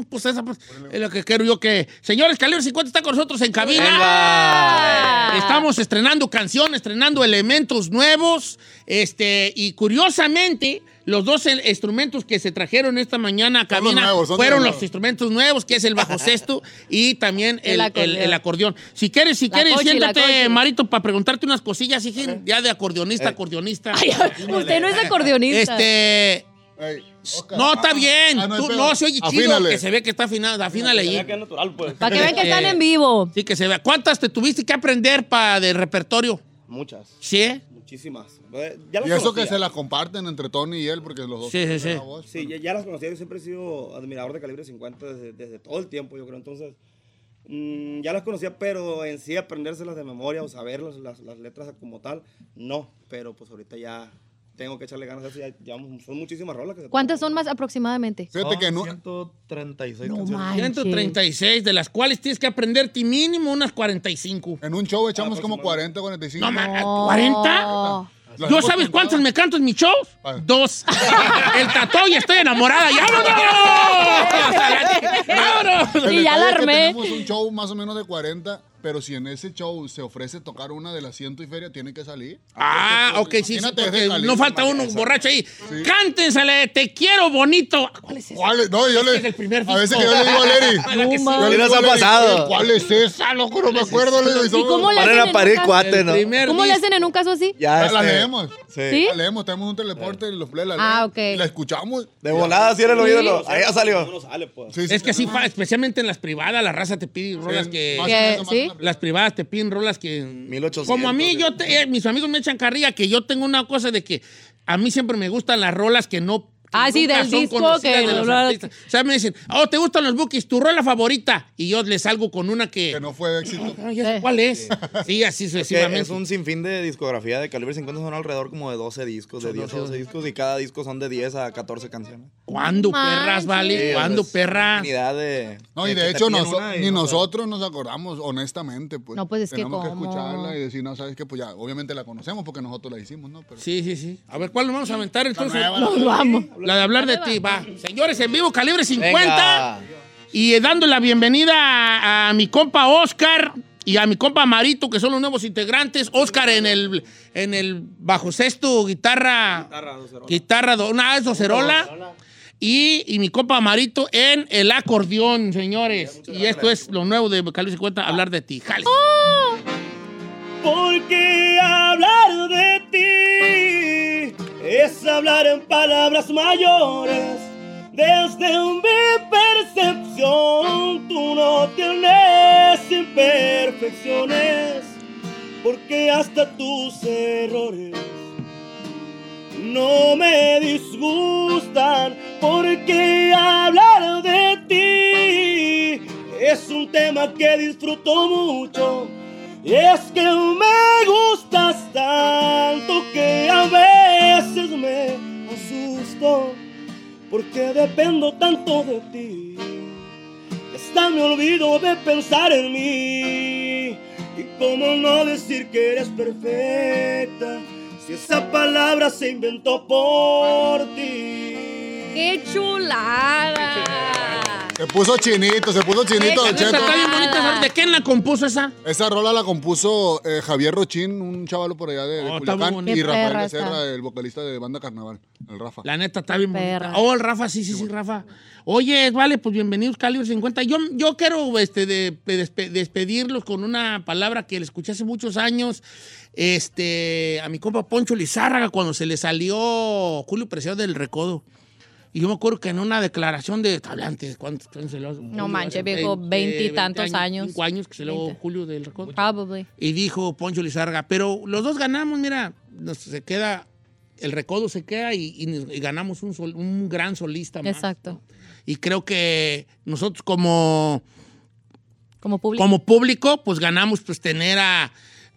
Pues esa pues, es lo que quiero yo que... Señores, Calibre 50 está con nosotros en cabina. Estamos estrenando canciones, estrenando elementos nuevos. Este, y curiosamente, los dos el- instrumentos que se trajeron esta mañana a
Son los
cabina
nuevos, son
fueron
los
los
nuevos.
instrumentos nuevos, que es el
[LAUGHS]
bajo sexto y también
El
el, el- el acordeón.
acordeón.
Si quieres, si
La
quieres,
cochi, la
siéntate,
cochi.
Marito, para preguntarte unas cosillas, hijín, ya de acordeonista,
Eh.
[LAUGHS]
acordeonista.
usted
[LAUGHS]
no es acordeonista.
Este...
Ah,
No, está bien.
no hay
Tú-
pedo.
no, se oye chido.
Afínale.
Que se ve que está afinado. Afínale ahí.
Para que vean que están
Eh,
en vivo.
Sí, que se vea. ¿Cuántas te tuviste que aprender para de repertorio?
Muchas.
¿Sí? ¿eh?
Muchísimas.
y eso que se la comparten entre Tony y él, porque los dos. tienen la voz.
Sí, ya, ya las conocía. Yo siempre he sido admirador de Calibre 50 desde, desde todo el tiempo, yo creo. Entonces, mm, ya las conocía, pero en sí aprendérselas de memoria o saber las, las- las letras como tal, no. Pero pues ahorita ya tengo que echarle ganas a eso. Ya, ya son muchísimas rolas que se
¿Cuántas son más aproximadamente?
Fíjate que
Ah,
no-
136
No
canciones.
manches.
136, de las cuales tienes que aprenderte mínimo unas 45.
En un show echamos como 40, 45.
No, man, ¿40? ¿Yo sabes cuántas me canto en mis shows?
Ah.
Dos. [LAUGHS] el tatuaje y estoy enamorada. ¡Ya
[LAUGHS]
vámonos! [LAUGHS] ¡Vámonos!
El detalle es que Tenemos un show más o menos de 40, pero si en ese show se ofrece tocar una de las ciento y feria, tiene que salir.
Ah, ok, sí, sí, porque no falta uno borracho ahí. Cántensele, te quiero bonito. ¿Cuál es esa?
No, yo le. a veces que yo le digo
[LAUGHS]
[LAUGHS]
a Leri. yo le
¿Qué les
digo
ha
a Leri,
pasado?
¿Cuál es esa, loco? No me acuerdo. le digo,
Pues ¿Y cómo le
Para
hacen
ir a
en
parir
un caso-
cuate, El ¿no?
primer
¿Cómo le
disco.
hacen en un caso así?
Ya,
La
este-
leemos.
Sí.
La leemos, tenemos un teleporte y los play la
Ah,
leemos,
ok.
La escuchamos.
De volada, cierra el
Sí.
oído. lo- Ahí ya salió.
pues.
es que así, fa- especialmente en las privadas, la raza te pide rolas que.
más o menos, más o
¿sí? Las privadas te piden rolas que.
1800.
Como a mí, yo te- eh, mis amigos me echan carrilla que yo tengo una cosa de que a mí siempre me gustan las rolas que no. que
Ah, sí,
nunca
del
son
disco
conocidas
que
de los
lo-
artistas. O sea, me dicen, oh, ¿te gustan los bookies? ¿Tu rola favorita? Y yo le salgo con una que. Que
no fue éxito.
¿Cuál es? Sí, así
Que
sucesivamente.
es un sinfín de discografía de Calibre 50, son alrededor como de 12 discos, de 10 a 12 discos, y cada disco son de 10 a 14 canciones.
¿Cuándo, perras, vale? ¿Cuándo,
pues.
perras?
Infinidad de...
No, y
que
de
te
hecho
piden
noso-
una y
ni
no sabes.
nosotros nos acordamos, honestamente. Pues,
No, pues, es que
Tenemos que,
cómo.
escucharla y decir, no, sabes que pues ya, obviamente la conocemos porque nosotros la hicimos, ¿no? Pero...
Sí, sí, sí. A ver, ¿cuál nos vamos a aventar entonces?
nueva,
No,
la
lo
nueva.
amo. La de hablar de ti, va. Señores, en vivo, calibre 50.
Venga.
Y eh, dando la bienvenida a, a mi compa Oscar y a mi compa Marito, que son los nuevos integrantes. Oscar en el, en el bajo sexto, guitarra. Guitarra, do- una es docerola. Y, y mi compa Marito en el acordeón, señores. Y esto es lo nuevo de Calibre 50, hablar de ti. Jale.
¿Por qué Oh. hablar de ti? Es hablar en palabras mayores. Desde mi percepción, tú no tienes imperfecciones, porque hasta tus errores no me disgustan, porque hablar de ti es un tema que disfruto mucho. Y es que me gustas tanto que a veces me asusto porque dependo tanto de ti. Hasta me olvido de pensar en mí. Y cómo no decir que eres perfecta si esa palabra se inventó por ti.
¡Qué chulada!
Se puso chinito, se puso
Esa
chinito, Don Cheto.
está bien bonita, ¿sabes?
¿De quién la compuso esa?
Esa rola la compuso eh, Javier Rochín, un chavalo por allá de, de
Oh, está muy
Culiacán,
bonito.
y
Qué
Rafael
perra
Becerra,
está.
el vocalista de Banda Carnaval, el Rafa.
La neta está bien bonita.
Perra.
Oh, el Rafa, sí, sí, sí, Rafa. Oye, vale, pues bienvenidos Calibre 50. Yo, yo quiero este, de- de- despe- despedirlos con una palabra que le escuché hace muchos años este, a mi compa Poncho Lizárraga cuando se le salió Julio Preciado del Recodo. Y yo me acuerdo que en una declaración de hablantes, ¿cuántos años se le- Julio,
manches,
hace
viejo,
20,
veintitantos
20
años.
Cinco años que se le dio
Veinte.
Julio del Recodo.
Probably.
Y dijo Poncho Lizarga, pero los dos ganamos, mira, nos- se queda, el recodo se queda y, y- y ganamos un, sol- un gran solista más.
Exacto.
Y creo que nosotros como,
Como público.
como público, pues ganamos pues tener a,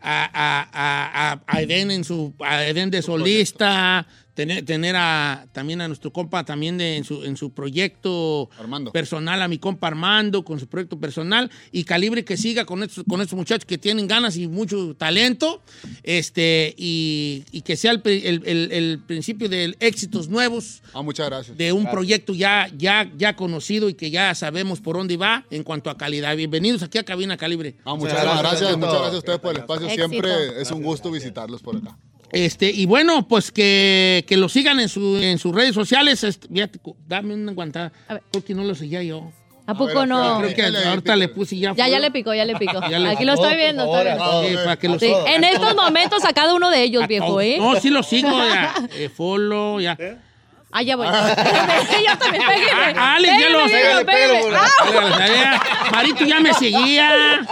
a, a- a- a- a Eden en su, a Eden de solista, tener, tener a también a nuestro compa también de- en su, en su proyecto
Armando.
personal a mi compa Armando con su proyecto personal y Calibre que siga con estos, con estos muchachos que tienen ganas y mucho talento este y, y que sea el, pri- el- el- el principio de éxitos nuevos de un
Ah, Gracias.
proyecto ya, ya, ya conocido y que ya sabemos por dónde va en cuanto a calidad. Bienvenidos aquí a Cabina Calibre.
Ah, muchas gracias, muchas gracias a ustedes por el espacio.
Éxito.
Siempre es un gusto visitarlos por acá.
Este, y bueno, pues que, que lo sigan en, su, en sus redes sociales. Este, fíjate, cu- dame una aguantada. Porque no lo seguía yo.
¿A poco ver, no?
Creo que
pícale,
ahorita le puse y ya.
Ya,
fue.
ya le picó, ya le picó.
[LAUGHS] Ya le-
Aquí lo estoy viendo.
Por favor,
estoy
a todos.
viendo.
Sí, para que lo
Sí,
sigan.
En estos momentos a cada uno de ellos, viejo, ¿eh?
Oh, No, sí lo sigo.
[LAUGHS]
Ya. Eh, follow, ya.
¿Eh?
Ah, ya voy. [LAUGHS] Yo también,
[LAUGHS]
péguenme.
Ah, Alex, ya lo Pégale,
Péguenme, péguenme.
pégale, Ya, ya. Marito ya me seguía.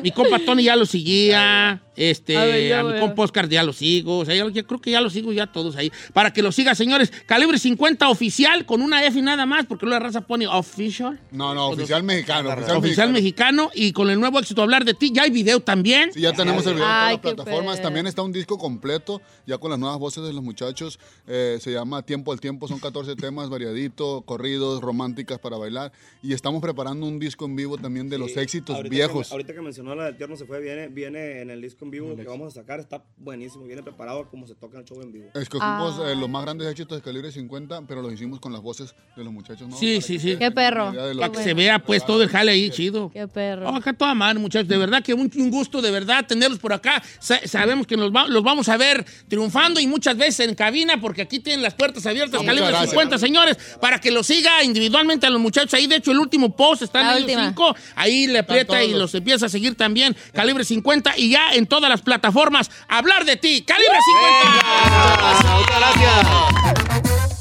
Mi compa Tony ya lo seguía. Este,
A ver, ya
a mi
veo.
compa Oscar ya lo sigo. O sea, yo, yo creo que ya lo sigo ya todos ahí. Para que lo siga, señores. Calibre 50 oficial con una F nada más, porque luego la raza pone official.
No, no, oficial mexicano. Oficial,
Oficial, mexicano. y con el nuevo éxito hablar de ti. Ya hay video también.
Sí, ya tenemos el video en
Ay,
todas las
qué
plataformas.
perra.
También está un disco completo, ya con las nuevas voces de los muchachos. Eh, se llama Tiempo al Tiempo, son 14 temas, variadito, corridos, románticas para bailar. Y estamos preparando un disco en vivo también de los
Sí,
éxitos
ahorita
viejos.
que- ahorita que mencionó la del tierno se fue, viene, viene en el disco en vivo que vamos a sacar, está buenísimo, viene preparado como se toca en el show en vivo.
Escogimos eh, los más grandes éxitos de calibre 50, pero los hicimos con las voces de los muchachos. ¿no?
Sí, sí, sí.
Qué perro.
Idea de lo
Para que
que-
se vea pues todo el jale ahí, chido.
Qué perro.
No, acá toda madre, muchachos. De verdad que un, un gusto, de verdad, tenerlos por acá. Sa- sabemos que nos va- los vamos a ver triunfando y muchas veces en cabina, porque aquí tienen las puertas abiertas,
Ah,
calibre
muchas
50,
gracias.
señores, para que los siga individualmente a los muchachos. Ahí, de hecho, el último post está
La
en
última.
el 5. Ahí le aprieta
todos
y
los-
los empieza a seguir también. Calibre 50 y ya en todas las plataformas. Hablar de ti, calibre 50. Muchas gracias.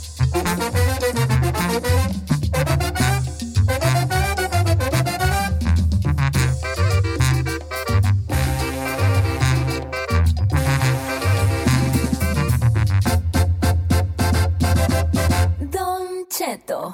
Don Cheto.